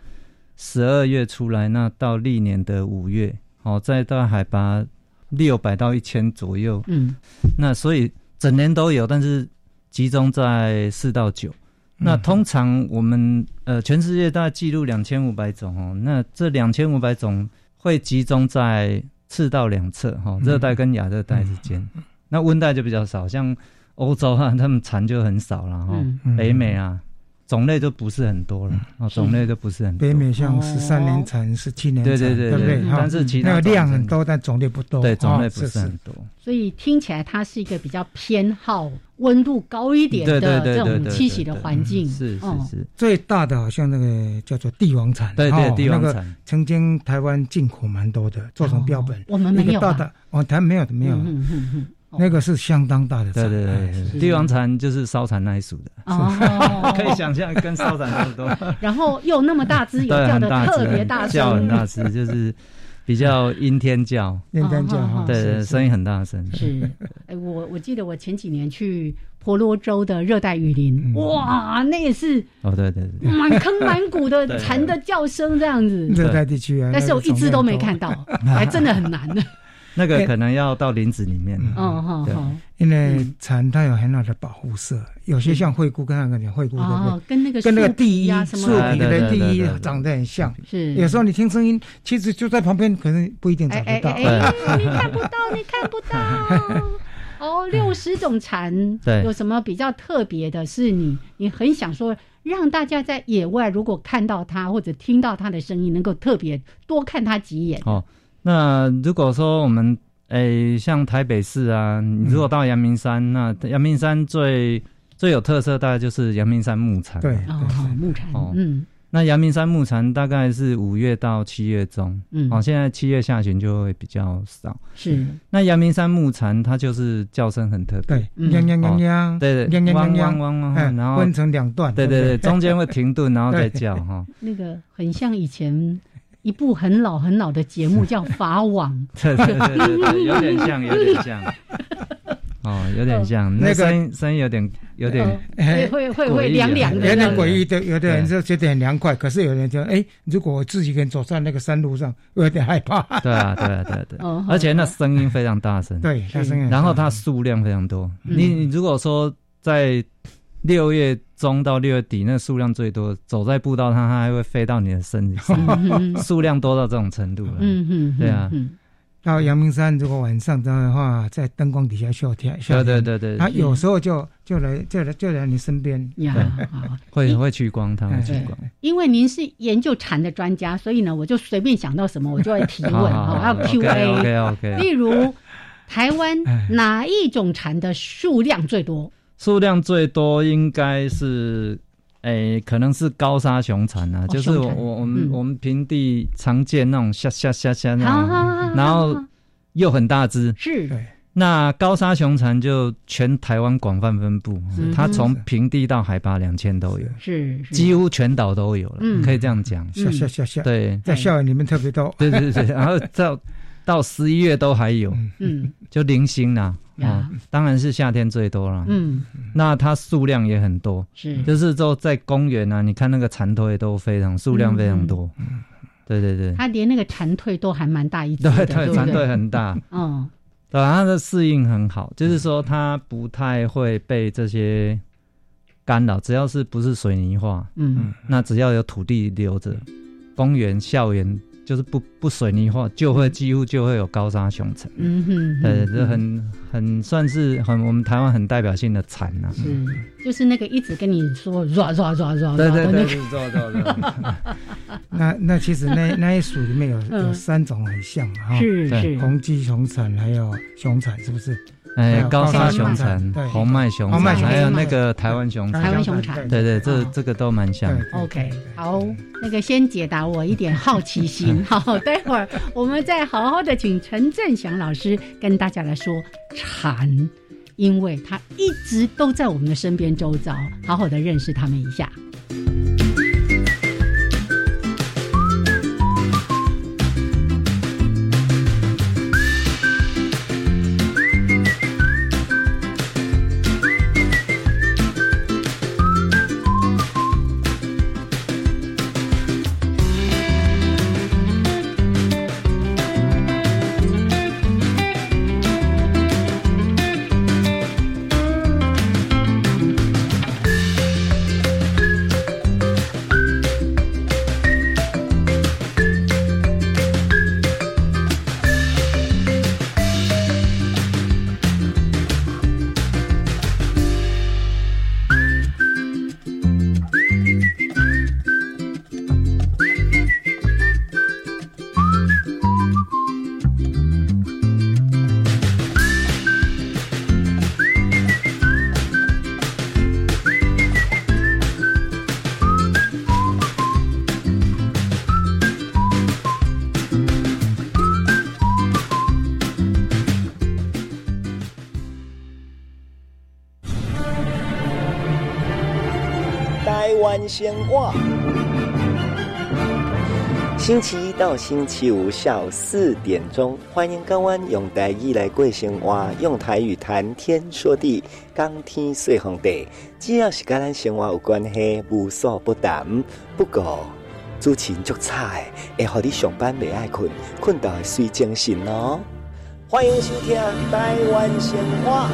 [SPEAKER 6] 十二月出来，那到历年的五月，哦，再到海拔六百到一千左右，
[SPEAKER 2] 嗯
[SPEAKER 6] 那所以整年都有，但是集中在四到九。
[SPEAKER 1] 嗯
[SPEAKER 6] 那通常我们呃，全世界大概记录两千五百种哦，那这两千五百种会集中在赤道两侧哈，
[SPEAKER 1] 嗯
[SPEAKER 6] 热带跟亚热带之间。那温带就比较少，像欧洲啊，他们蝉就很少了哈、
[SPEAKER 2] 嗯
[SPEAKER 1] 嗯
[SPEAKER 6] 北美啊、种类就不是很多了，哦，种类就不是很多
[SPEAKER 1] 北。美像
[SPEAKER 2] 哦
[SPEAKER 1] 十三年产、十七年
[SPEAKER 6] 对
[SPEAKER 1] 产，
[SPEAKER 6] 对
[SPEAKER 1] 对
[SPEAKER 6] 对
[SPEAKER 1] 不对？哈
[SPEAKER 6] 但，是其他
[SPEAKER 1] 那个
[SPEAKER 6] 种类
[SPEAKER 1] 量很，多，但种类不多，
[SPEAKER 6] 对，种类
[SPEAKER 1] 哦
[SPEAKER 6] 不是很多。
[SPEAKER 2] 所以听起来它是一个比较偏好温度高一点的
[SPEAKER 6] 对对对
[SPEAKER 2] 这
[SPEAKER 6] 对
[SPEAKER 2] 种
[SPEAKER 6] 对
[SPEAKER 2] 栖
[SPEAKER 6] 对
[SPEAKER 2] 息的
[SPEAKER 6] 对嗯
[SPEAKER 2] 环境。
[SPEAKER 6] 是是
[SPEAKER 2] 哦
[SPEAKER 6] 是，
[SPEAKER 1] 最大的好像那个叫做帝王产，
[SPEAKER 6] 对
[SPEAKER 1] 哦
[SPEAKER 6] 对，帝王
[SPEAKER 1] 那个
[SPEAKER 6] 产，
[SPEAKER 1] 曾经台湾进口蛮多的，做成标本
[SPEAKER 2] 哦。我们没
[SPEAKER 1] 一
[SPEAKER 2] 有
[SPEAKER 1] 个大
[SPEAKER 2] 吧
[SPEAKER 1] 的，哦，台没有的没有，
[SPEAKER 2] 嗯嗯嗯嗯
[SPEAKER 1] 那个是相当大的
[SPEAKER 6] 对
[SPEAKER 1] 产。
[SPEAKER 6] 哦对
[SPEAKER 1] 哎
[SPEAKER 6] 对
[SPEAKER 2] 是
[SPEAKER 6] 对，帝王产就是烧产那一属的，
[SPEAKER 1] [LAUGHS]
[SPEAKER 2] 哦，
[SPEAKER 6] 可以想象跟烧产差不
[SPEAKER 2] [LAUGHS]
[SPEAKER 6] 多。
[SPEAKER 2] 然后又那么大
[SPEAKER 6] [LAUGHS]
[SPEAKER 2] 只，有
[SPEAKER 6] 对，
[SPEAKER 2] 叫
[SPEAKER 6] 很
[SPEAKER 2] 的
[SPEAKER 6] 大
[SPEAKER 2] 特别
[SPEAKER 6] 只，
[SPEAKER 2] 大声，
[SPEAKER 6] 叫很
[SPEAKER 2] [LAUGHS]
[SPEAKER 6] 大只，就是比较阴天叫，
[SPEAKER 1] 应该叫
[SPEAKER 2] 哦哦
[SPEAKER 1] 哈
[SPEAKER 2] 哦，
[SPEAKER 6] 对
[SPEAKER 1] 是
[SPEAKER 6] 嗯对，声音很大声。
[SPEAKER 2] 是，哎，我我记得我前几年去婆罗洲的热带雨林，
[SPEAKER 1] 嗯
[SPEAKER 2] 哇，那也是
[SPEAKER 6] 哦，对对对，
[SPEAKER 2] 满坑满谷的
[SPEAKER 6] [LAUGHS] 对
[SPEAKER 2] 蝉的叫声这样子，
[SPEAKER 1] 热带地区啊。
[SPEAKER 2] 但是
[SPEAKER 1] 那
[SPEAKER 2] 我
[SPEAKER 1] 个
[SPEAKER 2] 一只
[SPEAKER 1] 种类
[SPEAKER 2] 都没
[SPEAKER 1] 很多
[SPEAKER 2] 看，到，还真的很
[SPEAKER 1] [LAUGHS]
[SPEAKER 2] 难的。
[SPEAKER 6] 那个可能要到林子里面了。
[SPEAKER 2] 哦，好
[SPEAKER 6] 对
[SPEAKER 2] 好，
[SPEAKER 1] 因为
[SPEAKER 6] 嗯
[SPEAKER 1] 蝉它有很好的保护色，有些像灰姑，刚刚跟你讲灰姑对不对
[SPEAKER 2] 哦，？跟那个
[SPEAKER 1] 跟那个
[SPEAKER 2] 树
[SPEAKER 1] 第
[SPEAKER 2] 皮
[SPEAKER 1] 一
[SPEAKER 2] 呀什
[SPEAKER 1] 树
[SPEAKER 2] 么嗯
[SPEAKER 6] 哎
[SPEAKER 1] 皮
[SPEAKER 6] 对
[SPEAKER 1] 的
[SPEAKER 6] 对
[SPEAKER 1] 第
[SPEAKER 6] 对
[SPEAKER 1] 一
[SPEAKER 6] 对对
[SPEAKER 1] 长得很像，
[SPEAKER 2] 是
[SPEAKER 1] 有时候你听声音，其实就在旁边，可能不一定找
[SPEAKER 2] 哎
[SPEAKER 1] 得
[SPEAKER 2] 哎
[SPEAKER 1] 到。
[SPEAKER 2] 哎哎，你看不到，你看不到。哦，六十种蝉，
[SPEAKER 6] 对
[SPEAKER 2] 有什么比较特别的？是你，你很想说，让大家在野外如果看到它或者听到它的声音，能够特别多看它几眼。
[SPEAKER 6] 哦，那如果说我们诶，像台北市啊，你如果到阳明山，那阳明山最最有特色大概就是阳明山木蝉。
[SPEAKER 1] 对，
[SPEAKER 2] 哦，好，木蝉
[SPEAKER 6] 哦，
[SPEAKER 2] 嗯
[SPEAKER 6] 那阳明山木蝉大概是五月到七月中，
[SPEAKER 2] 嗯，
[SPEAKER 6] 哦，现在七月下旬就会比较少。
[SPEAKER 2] 是，
[SPEAKER 6] 那阳明山木蝉它就是叫声很特别，
[SPEAKER 1] 对，
[SPEAKER 2] 嗯
[SPEAKER 1] 泱泱泱泱，
[SPEAKER 6] 哦对对
[SPEAKER 1] 泱泱，
[SPEAKER 6] 汪
[SPEAKER 1] 泱
[SPEAKER 6] 汪
[SPEAKER 1] 泱，
[SPEAKER 6] 汪汪，
[SPEAKER 1] 哎
[SPEAKER 6] 然后
[SPEAKER 1] 分成两段。
[SPEAKER 6] 对
[SPEAKER 1] 对
[SPEAKER 6] 对对，
[SPEAKER 1] 不，
[SPEAKER 6] 中间会停顿，然后再叫哈。 [LAUGHS]
[SPEAKER 2] 那个很像以前一部很老很老的节目叫《法网》，
[SPEAKER 6] 对对对对对，有点像，有点像。哦，有点像，
[SPEAKER 1] 那个
[SPEAKER 6] 那声音声音有点有点，
[SPEAKER 2] 会会会会
[SPEAKER 6] 诡异啊
[SPEAKER 2] 凉凉的
[SPEAKER 1] 哎有
[SPEAKER 2] 这
[SPEAKER 1] 点
[SPEAKER 2] 样子，
[SPEAKER 1] 诡异的，有的人
[SPEAKER 6] 对
[SPEAKER 1] 就觉得很凉快，可是有人就哎，如果我自己一个人走在那个山路上，我有点害怕。
[SPEAKER 6] 对啊对啊对啊对啊
[SPEAKER 2] 哦，
[SPEAKER 6] 而且那声音非常大声，，
[SPEAKER 1] 哦对，它声音很大。嗯
[SPEAKER 6] 然后它数量非常多。你你如果说在六月中到六月底，那数量最多，走在步道上，它还会飞到你的身体上，
[SPEAKER 2] 嗯哼
[SPEAKER 6] 数量多到这种程度了。
[SPEAKER 2] 嗯哼，
[SPEAKER 6] 对啊
[SPEAKER 2] 嗯
[SPEAKER 1] 到阳明山，如果晚上的话，在灯光底下笑天，
[SPEAKER 6] 对
[SPEAKER 1] 笑
[SPEAKER 6] 对
[SPEAKER 1] 天，
[SPEAKER 6] 对对，
[SPEAKER 2] 啊
[SPEAKER 6] 嗯
[SPEAKER 1] 它有时候就就来就来就来你身边。
[SPEAKER 2] 哼呀，好
[SPEAKER 6] 会会去光，它会
[SPEAKER 1] 哎
[SPEAKER 6] 去光。
[SPEAKER 2] 因为您是研究蝉的专家，所以呢，我就随便想到什么，我就会
[SPEAKER 6] [LAUGHS]
[SPEAKER 2] 提问哈，还有 Q&A。
[SPEAKER 6] 啊 OK OK，
[SPEAKER 2] 例如，台湾
[SPEAKER 1] 哎
[SPEAKER 2] 哪一种蝉的数量最多？
[SPEAKER 6] 数量最多应该是，诶、可能是高沙熊蝉啊，
[SPEAKER 2] 哦
[SPEAKER 6] 就是我
[SPEAKER 2] 熊蝉
[SPEAKER 6] 我我们、
[SPEAKER 2] 嗯
[SPEAKER 6] 我们平地常见那种下下下下那
[SPEAKER 2] 好
[SPEAKER 6] 种，
[SPEAKER 2] 好好好
[SPEAKER 6] 然后又很大只。
[SPEAKER 2] 是
[SPEAKER 1] 对
[SPEAKER 6] 那高沙熊蝉就全台湾广泛分布，
[SPEAKER 2] 嗯
[SPEAKER 6] 它从平地到海拔两千都有，
[SPEAKER 2] 是是
[SPEAKER 6] 几乎全岛都有了，
[SPEAKER 2] 嗯
[SPEAKER 6] 可以这样讲。
[SPEAKER 1] 笑
[SPEAKER 2] 嗯
[SPEAKER 1] 笑笑笑，
[SPEAKER 6] 对
[SPEAKER 1] 在校园里面特别多。
[SPEAKER 6] 对对对，然后到到十一月都还有，
[SPEAKER 1] 嗯
[SPEAKER 2] 嗯
[SPEAKER 6] 就零星啦。哦
[SPEAKER 2] 呀，
[SPEAKER 6] 当然是夏天最多啦。
[SPEAKER 2] 嗯
[SPEAKER 6] 那它数量也很多，
[SPEAKER 2] 是
[SPEAKER 6] 就是说在公园啊，你看那个蝉蜕都非常数量非常多，对对对，
[SPEAKER 2] 嗯它连那个蝉蜕都还蛮大一只的，
[SPEAKER 6] [LAUGHS] 对
[SPEAKER 2] 对
[SPEAKER 6] 对，
[SPEAKER 2] 不
[SPEAKER 6] 蝉
[SPEAKER 2] 对
[SPEAKER 6] 蜕
[SPEAKER 2] [LAUGHS]
[SPEAKER 6] 很大，
[SPEAKER 2] 嗯
[SPEAKER 6] 对，它的适应很好，就是说它不太会被这些干扰，只要是不是水泥化，
[SPEAKER 2] 嗯
[SPEAKER 6] 那只要有土地留着，公园、校园就是不不水泥化，就会几乎就会有高沙熊蝉，
[SPEAKER 2] 嗯哼，
[SPEAKER 6] 对，
[SPEAKER 2] 嗯
[SPEAKER 6] 这很很算是很我们台湾很代表性的蝉呐、啊。
[SPEAKER 2] 是就是那个一直跟你说抓抓抓抓
[SPEAKER 6] [LAUGHS] 对
[SPEAKER 2] 抓
[SPEAKER 6] 对
[SPEAKER 2] 的
[SPEAKER 6] 对
[SPEAKER 2] 那个，
[SPEAKER 6] 对对对，
[SPEAKER 1] 那那其实
[SPEAKER 6] [LAUGHS]
[SPEAKER 1] 那那一属里面有
[SPEAKER 2] 嗯
[SPEAKER 1] 有三种很像嘛哈，
[SPEAKER 2] 是
[SPEAKER 6] 哦对
[SPEAKER 2] 是
[SPEAKER 1] 红鸡熊蝉还有熊蝉，是不是？还
[SPEAKER 6] [LAUGHS] 哎，
[SPEAKER 1] 有
[SPEAKER 6] 高
[SPEAKER 1] 高
[SPEAKER 6] 沙
[SPEAKER 2] 山
[SPEAKER 6] 熊
[SPEAKER 2] 熊
[SPEAKER 6] 蝉
[SPEAKER 1] 蝉对、
[SPEAKER 6] 红脉熊
[SPEAKER 1] 红脉
[SPEAKER 6] 蝉，
[SPEAKER 1] 熊
[SPEAKER 6] 还有
[SPEAKER 2] 蝉
[SPEAKER 6] 那个台湾熊
[SPEAKER 2] 台
[SPEAKER 6] 蝉，
[SPEAKER 2] 湾熊蝉
[SPEAKER 6] 对对，这
[SPEAKER 2] 哦
[SPEAKER 6] 这个都蛮像。
[SPEAKER 2] OK，好，那个先解答我一点好奇
[SPEAKER 1] [LAUGHS]
[SPEAKER 2] 心。好，待会儿我们再好好的请陈振祥老师跟大家来说蝉，因为它一直都在我们的身边周遭，好好的认识他们一下。
[SPEAKER 7] 台湾闲话。星期一到星期五下午四点钟，欢迎各位用台语来过生活，用台语谈天说地，讲天说皇帝，只要是跟咱生活有关系，无所不谈。不过主持人足差的，会予你上班袂爱困，困到会水精神哦。欢迎收听台湾闲话。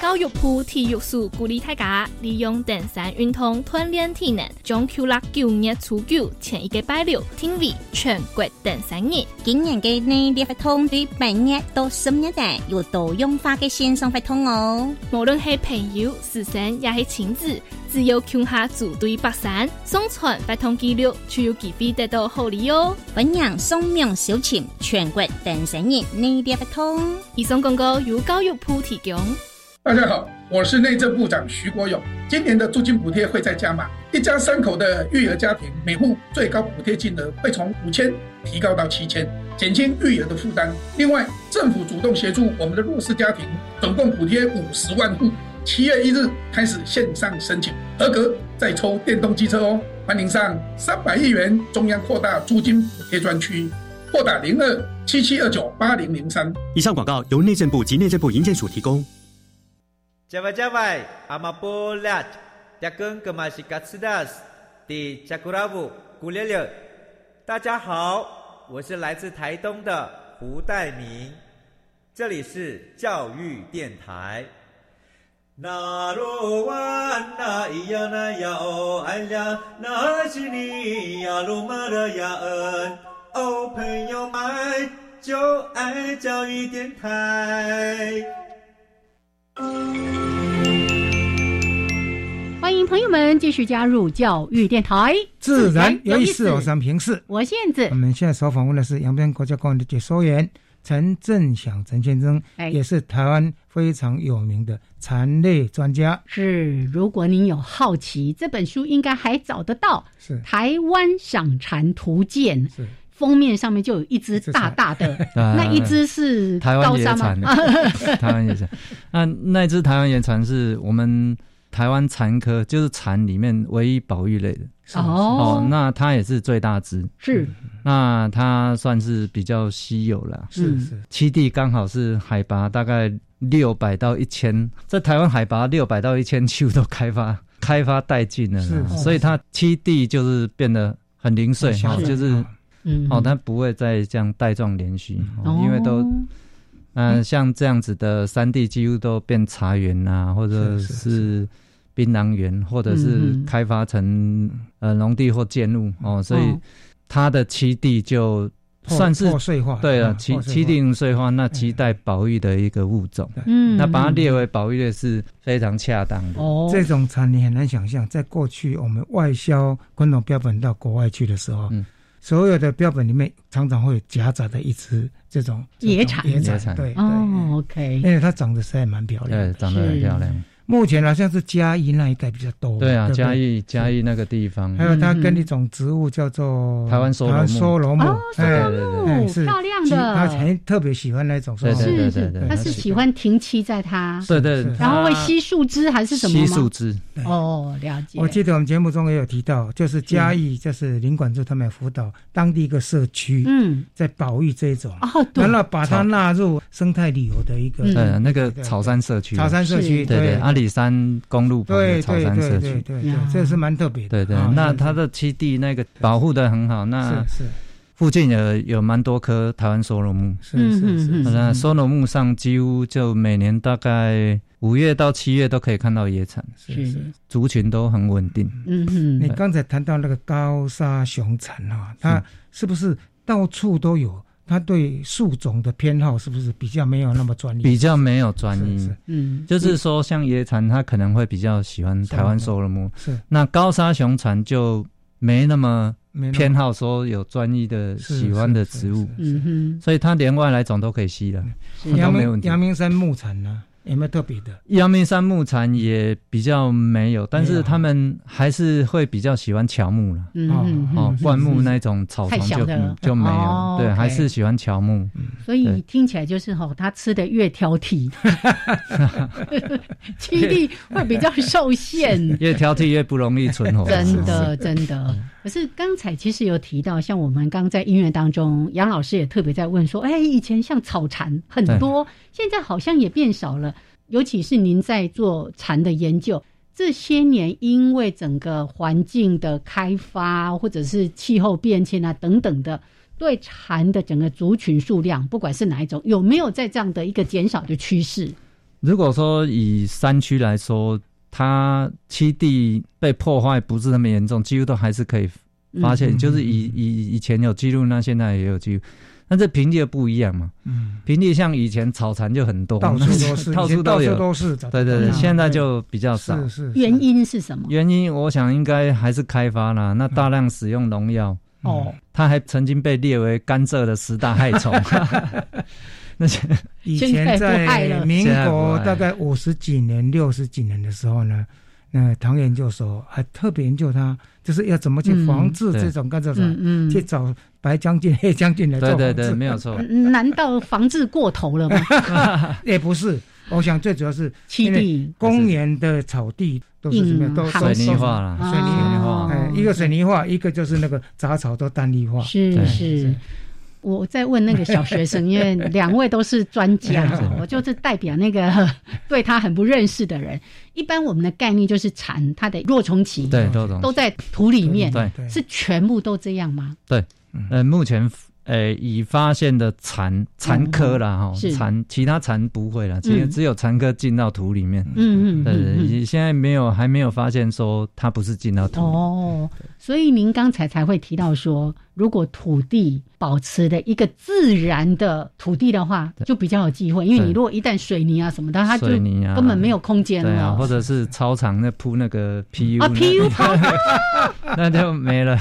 [SPEAKER 8] 教育部体育署鼓励大家利用登山运动锻炼体能。从九六九年初九前一个拜六，听为全国登山日。
[SPEAKER 9] 今年嘅呢啲活通对八月到十月的有多用法嘅线上活通哦。
[SPEAKER 8] 无论系朋友、师生，也系亲子，只要琼下组队北山，上传活通记录，就有机会得到好礼哦。
[SPEAKER 9] 本人宋明小前，全国登山日呢啲活通。
[SPEAKER 8] 以上广告由教育部提供。
[SPEAKER 10] 大家好，我是内政部长徐国勇。今年的租金补贴会再加码，一家三口的育儿家庭，每户最高补贴金额会从五千提高到七千，减轻育儿的负担。另外，政府主动协助我们的弱势家庭，总共补贴五十万户。七月一日开始线上申请，合格再抽电动机车哦。欢迎上三百亿元中央扩大租金补贴专区，拨打零二七七二九八零零三。
[SPEAKER 11] 以上广告由内政部及内政部营建署提供。
[SPEAKER 12] Java Java, Amapolat, Jakun Kamashikatsidas, Di Jakuravu, Gulele。大家好，我是来自台东的胡代明，这里是教育电台。
[SPEAKER 13] 那罗哇那咿呀那呀哦哎呀，那是你呀鲁玛的呀恩哦，朋友们就爱教育电台。
[SPEAKER 2] 欢迎朋友们继续加入教育电台，
[SPEAKER 1] 自然有意思，哦我是平视。
[SPEAKER 2] 我现在
[SPEAKER 1] 我们现在所访问的是阳边国家公园的解说员陈振响陈先生，
[SPEAKER 2] 哎
[SPEAKER 1] 也是台湾非常有名的蚕类专家。
[SPEAKER 2] 是，如果您有好奇，这本书应该还找得到，
[SPEAKER 1] 是
[SPEAKER 2] 《台湾赏蝉图鉴》。
[SPEAKER 1] 是
[SPEAKER 2] 封面上面就有一只大大的，
[SPEAKER 6] [LAUGHS] 啊
[SPEAKER 2] 那一只是
[SPEAKER 6] 台湾
[SPEAKER 2] 高
[SPEAKER 6] 野
[SPEAKER 2] 山
[SPEAKER 6] 蚕
[SPEAKER 2] 吗？
[SPEAKER 6] [LAUGHS] 台湾野蚕，那那只台湾野蚕是我们台湾蚕科，就是蚕里面唯一保育类的。
[SPEAKER 2] [LAUGHS] 哦，
[SPEAKER 6] 那它也是最大只，
[SPEAKER 2] 是
[SPEAKER 6] 那它算是比较稀有了。
[SPEAKER 1] 是
[SPEAKER 2] 嗯
[SPEAKER 1] 是，
[SPEAKER 6] 栖地刚好是海拔大概六百到一千，在台湾海拔六百到一千几乎都开发开发殆尽了啦，
[SPEAKER 1] 是
[SPEAKER 6] 所以它栖地就是变得很零碎
[SPEAKER 1] 很
[SPEAKER 6] 哈、
[SPEAKER 1] 小
[SPEAKER 6] 哦，
[SPEAKER 1] 众
[SPEAKER 6] 就是
[SPEAKER 1] 哦
[SPEAKER 2] 嗯，
[SPEAKER 6] 哦，它不会再这样带状连续，
[SPEAKER 2] 哦
[SPEAKER 6] 哦、因为都嗯、像这样子的山地几乎都变茶园啊，或者
[SPEAKER 1] 是是
[SPEAKER 6] 是槟榔园，或者是
[SPEAKER 2] 嗯嗯
[SPEAKER 6] 开发成呃农地或建物哦，所以
[SPEAKER 2] 哦
[SPEAKER 6] 它的栖地就
[SPEAKER 1] 破
[SPEAKER 6] 算是
[SPEAKER 1] 破碎化。
[SPEAKER 6] 对了，
[SPEAKER 1] 啊
[SPEAKER 6] 栖
[SPEAKER 1] 破碎
[SPEAKER 6] 栖
[SPEAKER 1] 化
[SPEAKER 6] 地零碎化，那期待保育的一个物种，
[SPEAKER 2] 嗯，
[SPEAKER 6] 那把它列为保育类是非常恰当的。
[SPEAKER 2] 哦，
[SPEAKER 1] 这种产你很难想象，在过去我们外销昆虫标本到国外去的时候，
[SPEAKER 6] 嗯
[SPEAKER 1] 所有的标本里面常常会夹杂着一只这种
[SPEAKER 2] 野
[SPEAKER 1] 这种
[SPEAKER 2] 蚕
[SPEAKER 1] 野
[SPEAKER 6] 野
[SPEAKER 1] 蚕
[SPEAKER 6] 蚕
[SPEAKER 1] 对对，
[SPEAKER 2] 哦，OK，
[SPEAKER 6] 哎
[SPEAKER 1] 因为它长得实在蛮漂亮
[SPEAKER 6] 对
[SPEAKER 1] 的。，
[SPEAKER 6] 长得很漂亮。
[SPEAKER 1] 目前好像是嘉义那一带比较多，
[SPEAKER 6] 对啊，
[SPEAKER 1] 不
[SPEAKER 6] 嘉，义嘉义那个地方，
[SPEAKER 1] 还有它跟一种植物叫做
[SPEAKER 6] 嗯台湾梭罗木
[SPEAKER 1] 梭罗木
[SPEAKER 2] 哦，
[SPEAKER 6] 对
[SPEAKER 1] 哎
[SPEAKER 6] 对对
[SPEAKER 1] 哎
[SPEAKER 2] 哦
[SPEAKER 1] 是
[SPEAKER 2] 漂亮
[SPEAKER 1] 其它
[SPEAKER 2] 的，
[SPEAKER 1] 很特别喜欢那种梭罗木
[SPEAKER 6] 对
[SPEAKER 2] 是
[SPEAKER 6] 对
[SPEAKER 2] 是
[SPEAKER 6] 对对，
[SPEAKER 2] 它
[SPEAKER 6] 它
[SPEAKER 2] 是
[SPEAKER 6] 喜
[SPEAKER 2] 喜欢停栖在它，
[SPEAKER 6] 对对
[SPEAKER 1] 是，
[SPEAKER 6] 它
[SPEAKER 2] 然后会吸树枝还是什么
[SPEAKER 6] 吸树
[SPEAKER 2] 吗？
[SPEAKER 6] 枝，
[SPEAKER 2] 哦，了解，
[SPEAKER 1] 我记得我们节目中也有提到，就是嘉
[SPEAKER 6] 嗯
[SPEAKER 1] 义，就是林管处他们有辅导当地一个社区，
[SPEAKER 2] 嗯，
[SPEAKER 1] 在保育这一种，
[SPEAKER 2] 哦，对
[SPEAKER 1] 然，后把它纳入生态旅游的一个
[SPEAKER 2] 嗯
[SPEAKER 6] 对，那个
[SPEAKER 1] 对对
[SPEAKER 6] 草山社区，
[SPEAKER 1] 潮山社区，
[SPEAKER 6] 对对，阿里山公路旁的
[SPEAKER 1] 对
[SPEAKER 6] 草
[SPEAKER 1] 对
[SPEAKER 6] 山
[SPEAKER 1] 对
[SPEAKER 6] 社
[SPEAKER 1] 对
[SPEAKER 6] 区，
[SPEAKER 1] 对
[SPEAKER 2] 呀
[SPEAKER 1] 对，这是蛮特别
[SPEAKER 6] 对
[SPEAKER 1] 的。
[SPEAKER 6] 对
[SPEAKER 1] 啊，
[SPEAKER 6] 那它的栖地那个保护的很好，那
[SPEAKER 1] 是
[SPEAKER 6] 附近有有蛮多棵台湾梭罗木，
[SPEAKER 1] 是是是是
[SPEAKER 2] 嗯
[SPEAKER 1] 是，
[SPEAKER 6] 那梭罗木上几乎就每年大概五月到七月都可以看到野蚕，
[SPEAKER 1] 是是。
[SPEAKER 6] 族群都很稳定。
[SPEAKER 2] 嗯哼
[SPEAKER 1] 你，刚才谈到那个高沙熊蝉啊，它是不是到处都有？它对树种的偏好是不是比较没有那么专一？
[SPEAKER 6] 比较没有专
[SPEAKER 1] 是
[SPEAKER 6] 一
[SPEAKER 1] 是，
[SPEAKER 2] 嗯，
[SPEAKER 6] 就是说像野蚕，它可能会比较喜欢台湾梭罗木，
[SPEAKER 1] 是
[SPEAKER 6] 那高沙熊蝉就没那么
[SPEAKER 1] 没那么
[SPEAKER 6] 偏好说有专一的
[SPEAKER 1] 是
[SPEAKER 6] 喜欢的
[SPEAKER 1] 是
[SPEAKER 6] 植
[SPEAKER 1] 是
[SPEAKER 6] 物，
[SPEAKER 1] 是
[SPEAKER 2] 嗯哼，
[SPEAKER 6] 所以它连外来种都可以吸的。
[SPEAKER 2] 是
[SPEAKER 6] 那
[SPEAKER 1] 阳
[SPEAKER 6] 没问
[SPEAKER 1] 明
[SPEAKER 6] 题
[SPEAKER 1] 阳明山木产呢、有没有特别的？
[SPEAKER 6] 阳明山木材也比较没有，但是他们还是会比较喜欢乔木了。
[SPEAKER 2] 嗯嗯
[SPEAKER 6] 哦
[SPEAKER 2] 嗯，
[SPEAKER 6] 灌木那种草
[SPEAKER 2] 太
[SPEAKER 6] 丛
[SPEAKER 2] 小
[SPEAKER 6] 就嗯
[SPEAKER 2] 的了
[SPEAKER 6] 就没
[SPEAKER 2] 哦
[SPEAKER 6] 有，对，
[SPEAKER 2] OK
[SPEAKER 6] 还是喜欢乔木。
[SPEAKER 1] 嗯
[SPEAKER 2] 所以听起来就是吼、他吃的越挑剔， [LAUGHS] 体力会比较受限。
[SPEAKER 6] 越挑剔越不容易存活。
[SPEAKER 2] [LAUGHS] 真的，真的。可是刚才其实有提到，像我们刚在音乐当中，杨老师也特别在问说，哎，以前像草蝉很多，现在好像也变少了。尤其是您在做蝉的研究，这些年因为整个环境的开发，或者是气候变迁啊等等的，对蝉的整个族群数量，不管是哪一种，有没有在这样的一个减少的趋势？
[SPEAKER 6] 如果说以山区来说，它栖地被破坏不是那么严重，几乎都还是可以发现，
[SPEAKER 1] 嗯
[SPEAKER 6] 就是以以以前有记录，那现在也有记录。但这平地的不一样嘛，
[SPEAKER 1] 嗯，
[SPEAKER 6] 平地像以前草蚕就很多，
[SPEAKER 1] 到处都是
[SPEAKER 6] [LAUGHS] 到
[SPEAKER 1] 以前
[SPEAKER 6] 处
[SPEAKER 1] 到
[SPEAKER 6] 都有，
[SPEAKER 1] 处都是找
[SPEAKER 6] 对
[SPEAKER 1] 得
[SPEAKER 6] 对
[SPEAKER 1] 到
[SPEAKER 6] 对，
[SPEAKER 1] 嗯
[SPEAKER 6] 现在就比较少。
[SPEAKER 1] 是是
[SPEAKER 2] 嗯原因是
[SPEAKER 6] [LAUGHS]
[SPEAKER 2] 什么？
[SPEAKER 6] 原因我想应该还是开发啦，
[SPEAKER 1] 嗯
[SPEAKER 6] 那大量使用农药，
[SPEAKER 2] 哦，
[SPEAKER 6] 它还曾经被列为甘蔗的十大害虫。那些
[SPEAKER 1] 以前在民
[SPEAKER 6] 现在不
[SPEAKER 1] 国
[SPEAKER 6] 爱
[SPEAKER 1] 大概五十几年、六十几年的时候呢，那唐研究所还特别研究它，就是要怎么去防治
[SPEAKER 6] 嗯对
[SPEAKER 1] 这种甘蔗
[SPEAKER 2] 嗯嗯
[SPEAKER 1] 虫，去找白将军、黑将军来做
[SPEAKER 6] 对
[SPEAKER 1] 防
[SPEAKER 6] 对
[SPEAKER 1] 治。
[SPEAKER 6] 对，没有错。
[SPEAKER 2] 难道防治过头了吗？
[SPEAKER 1] [LAUGHS] 也不是，我想最主要是
[SPEAKER 2] 地
[SPEAKER 1] 因为公园的草地都是什么
[SPEAKER 2] 硬
[SPEAKER 1] 样，都
[SPEAKER 2] 夯实水泥
[SPEAKER 6] 化啦
[SPEAKER 1] 水泥
[SPEAKER 2] 嗯哦
[SPEAKER 1] 化，哎一个水泥化，一个就是那个杂草都单粒化。
[SPEAKER 2] 是
[SPEAKER 1] 对
[SPEAKER 2] 是，我在问那个小学
[SPEAKER 1] [LAUGHS]
[SPEAKER 2] 生，因为两位都是专家
[SPEAKER 1] 是，
[SPEAKER 2] 我就是代表那个 [LAUGHS] 对他很不认识的人。一般我们的概念就是蝉，它的若虫期
[SPEAKER 6] 对若虫期
[SPEAKER 2] 都在土里面，
[SPEAKER 6] 对对
[SPEAKER 2] 是全部都这样吗？
[SPEAKER 6] 对，呃，目前呃已发现的蚕蚕科啦，哈、
[SPEAKER 2] 嗯是
[SPEAKER 6] 蚕其他蚕不会啦，只有
[SPEAKER 2] 嗯
[SPEAKER 6] 只有蚕科进到土里面。
[SPEAKER 2] 嗯嗯嗯嗯
[SPEAKER 6] 呃，现在没有还没有发现说它不是进到土里。
[SPEAKER 2] 哦，所以您刚才才会提到说，如果土地保持的一个自然的土地的话，就比较有机会，因为
[SPEAKER 6] 对
[SPEAKER 2] 你如果一旦水泥啊什么的，它就
[SPEAKER 6] 水泥啊
[SPEAKER 2] 根本没有空间
[SPEAKER 6] 对啊，
[SPEAKER 2] 了。
[SPEAKER 6] 或者是操场那铺那个 PU 那
[SPEAKER 2] 啊，PU 跑道，
[SPEAKER 6] [LAUGHS] 那就
[SPEAKER 2] [LAUGHS]
[SPEAKER 6] 没了。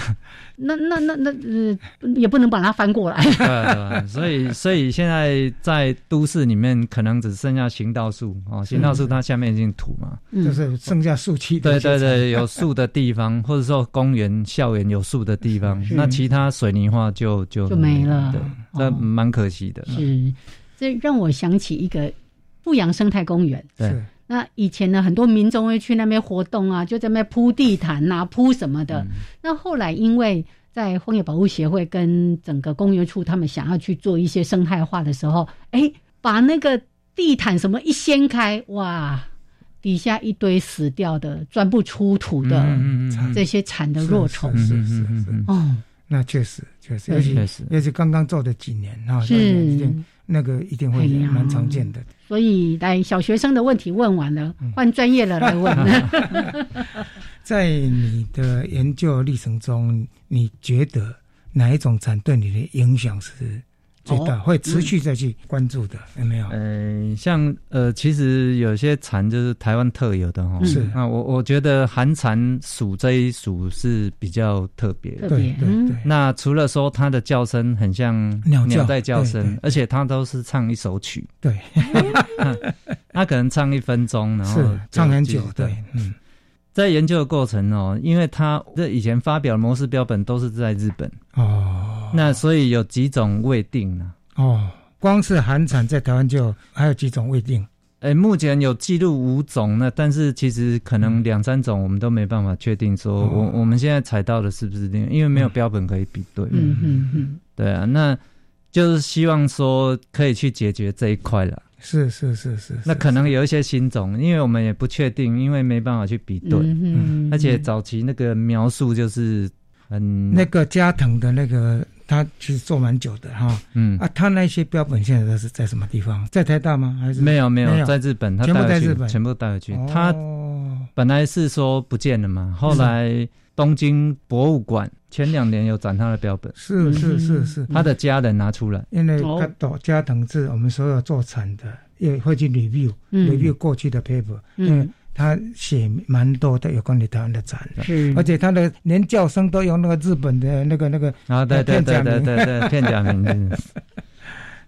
[SPEAKER 2] 那那那那呃，也不能把它翻过来。
[SPEAKER 6] 对啊，所以所以现在在都市里面可能只剩下行道树哦，行道树
[SPEAKER 2] 嗯
[SPEAKER 6] 它下面已经土嘛。
[SPEAKER 1] [LAUGHS] 就是剩下树气的
[SPEAKER 6] 对
[SPEAKER 1] 一些
[SPEAKER 6] 对
[SPEAKER 1] 草。
[SPEAKER 6] 对，有树的
[SPEAKER 1] [LAUGHS]
[SPEAKER 6] 地方，或者说公园、校园有树的地方，
[SPEAKER 2] 是
[SPEAKER 6] 那其他水泥化就就
[SPEAKER 2] 就没了
[SPEAKER 6] 对，
[SPEAKER 1] 哦
[SPEAKER 6] 这蛮可惜的。
[SPEAKER 2] 嗯是，这让我想起一个富阳生态公园。
[SPEAKER 6] 对，
[SPEAKER 2] 那以前呢，很多民众会去那边活动啊，就在那边铺地毯呐、铺什么的。那后来因为在荒野保护协会跟整个公园处，他们想要去做一些生态化的时候，哎，把那个地毯什么一掀开，哇，底下一堆死掉的、钻不出土的、
[SPEAKER 1] 嗯嗯嗯嗯嗯
[SPEAKER 2] 这些产的若虫。
[SPEAKER 6] 嗯
[SPEAKER 1] 是是是是是
[SPEAKER 2] 哦，
[SPEAKER 1] 那确实确实，
[SPEAKER 2] 对
[SPEAKER 1] 尤其
[SPEAKER 2] 确实
[SPEAKER 1] 尤其刚刚做的几年啊，
[SPEAKER 2] 是
[SPEAKER 1] 一定那个一定会
[SPEAKER 2] 哎呀
[SPEAKER 1] 蛮常见的。
[SPEAKER 2] 所以，来小学生的问题问完了，换专业的来问了。
[SPEAKER 1] 在你的研究历程中，你觉得哪一种蚕对你的影响是最大，
[SPEAKER 6] 哦
[SPEAKER 1] 会持续再去关注的？有没有？
[SPEAKER 6] 嗯，像呃，其实有些蚕就是台湾特有的哈。
[SPEAKER 1] 嗯是
[SPEAKER 6] 那我我觉得寒蚕属这一属是比较特别的。
[SPEAKER 1] 特别对对嗯对
[SPEAKER 6] 那除了说它的叫声很像
[SPEAKER 1] 鸟叫
[SPEAKER 6] 在叫
[SPEAKER 1] 对
[SPEAKER 6] 声
[SPEAKER 1] 对，
[SPEAKER 6] 而且它都是唱一首曲。
[SPEAKER 1] 对，
[SPEAKER 6] 它可能唱一分钟，然后
[SPEAKER 1] 是
[SPEAKER 6] 哦就
[SPEAKER 1] 唱很
[SPEAKER 6] 继续
[SPEAKER 1] 久，对，嗯，
[SPEAKER 6] 在研究的过程哦，因为它这以前发表的模式标本都是在日本
[SPEAKER 1] 哦，
[SPEAKER 6] 那所以有几种未定啊呢、
[SPEAKER 1] 哦，光是寒蚕在台湾就还有几种未定，
[SPEAKER 6] 哎，目前有记录五种呢，但是其实可能两三种我们都没办法确定说，
[SPEAKER 1] 嗯哦
[SPEAKER 6] 我我们现在采到的是不是另，因为没有标本可以比对。
[SPEAKER 2] 嗯嗯嗯，
[SPEAKER 6] 对啊，那就是希望说可以去解决这一块了。
[SPEAKER 1] 是是是是，
[SPEAKER 6] 那可能有一些新种，因为我们也不确定，因为没办法去比对，
[SPEAKER 1] 嗯哼
[SPEAKER 6] 而且早期那个描述就是很
[SPEAKER 1] 那个加藤的那个，他其实做蛮久的哈。
[SPEAKER 6] 嗯
[SPEAKER 1] 啊，他那些标本现在都是在什么地方？在台大吗？还是
[SPEAKER 6] 没有没有在日本，他
[SPEAKER 1] 全部
[SPEAKER 6] 带
[SPEAKER 1] 在
[SPEAKER 6] 回去
[SPEAKER 1] 日本，
[SPEAKER 6] 全部带回去
[SPEAKER 1] 哦。嗯
[SPEAKER 6] 他本来是说不见了嘛，后来东京博物馆前两年有展他的标本，
[SPEAKER 1] 是是是是
[SPEAKER 6] 他的家人拿出来，
[SPEAKER 1] 因为他到加藤是我们所有做产的，也会去 review、
[SPEAKER 6] 嗯
[SPEAKER 1] review 过去的 paper，、
[SPEAKER 6] 嗯
[SPEAKER 1] 因为他写蛮多的有关于台湾的展
[SPEAKER 6] 嗯
[SPEAKER 1] 的，
[SPEAKER 2] 是
[SPEAKER 1] 而且他的连叫声都用那个日本的那个那个
[SPEAKER 6] 啊对对
[SPEAKER 1] [LAUGHS] 片假
[SPEAKER 6] 对对
[SPEAKER 1] 名
[SPEAKER 6] 对对片假名嗯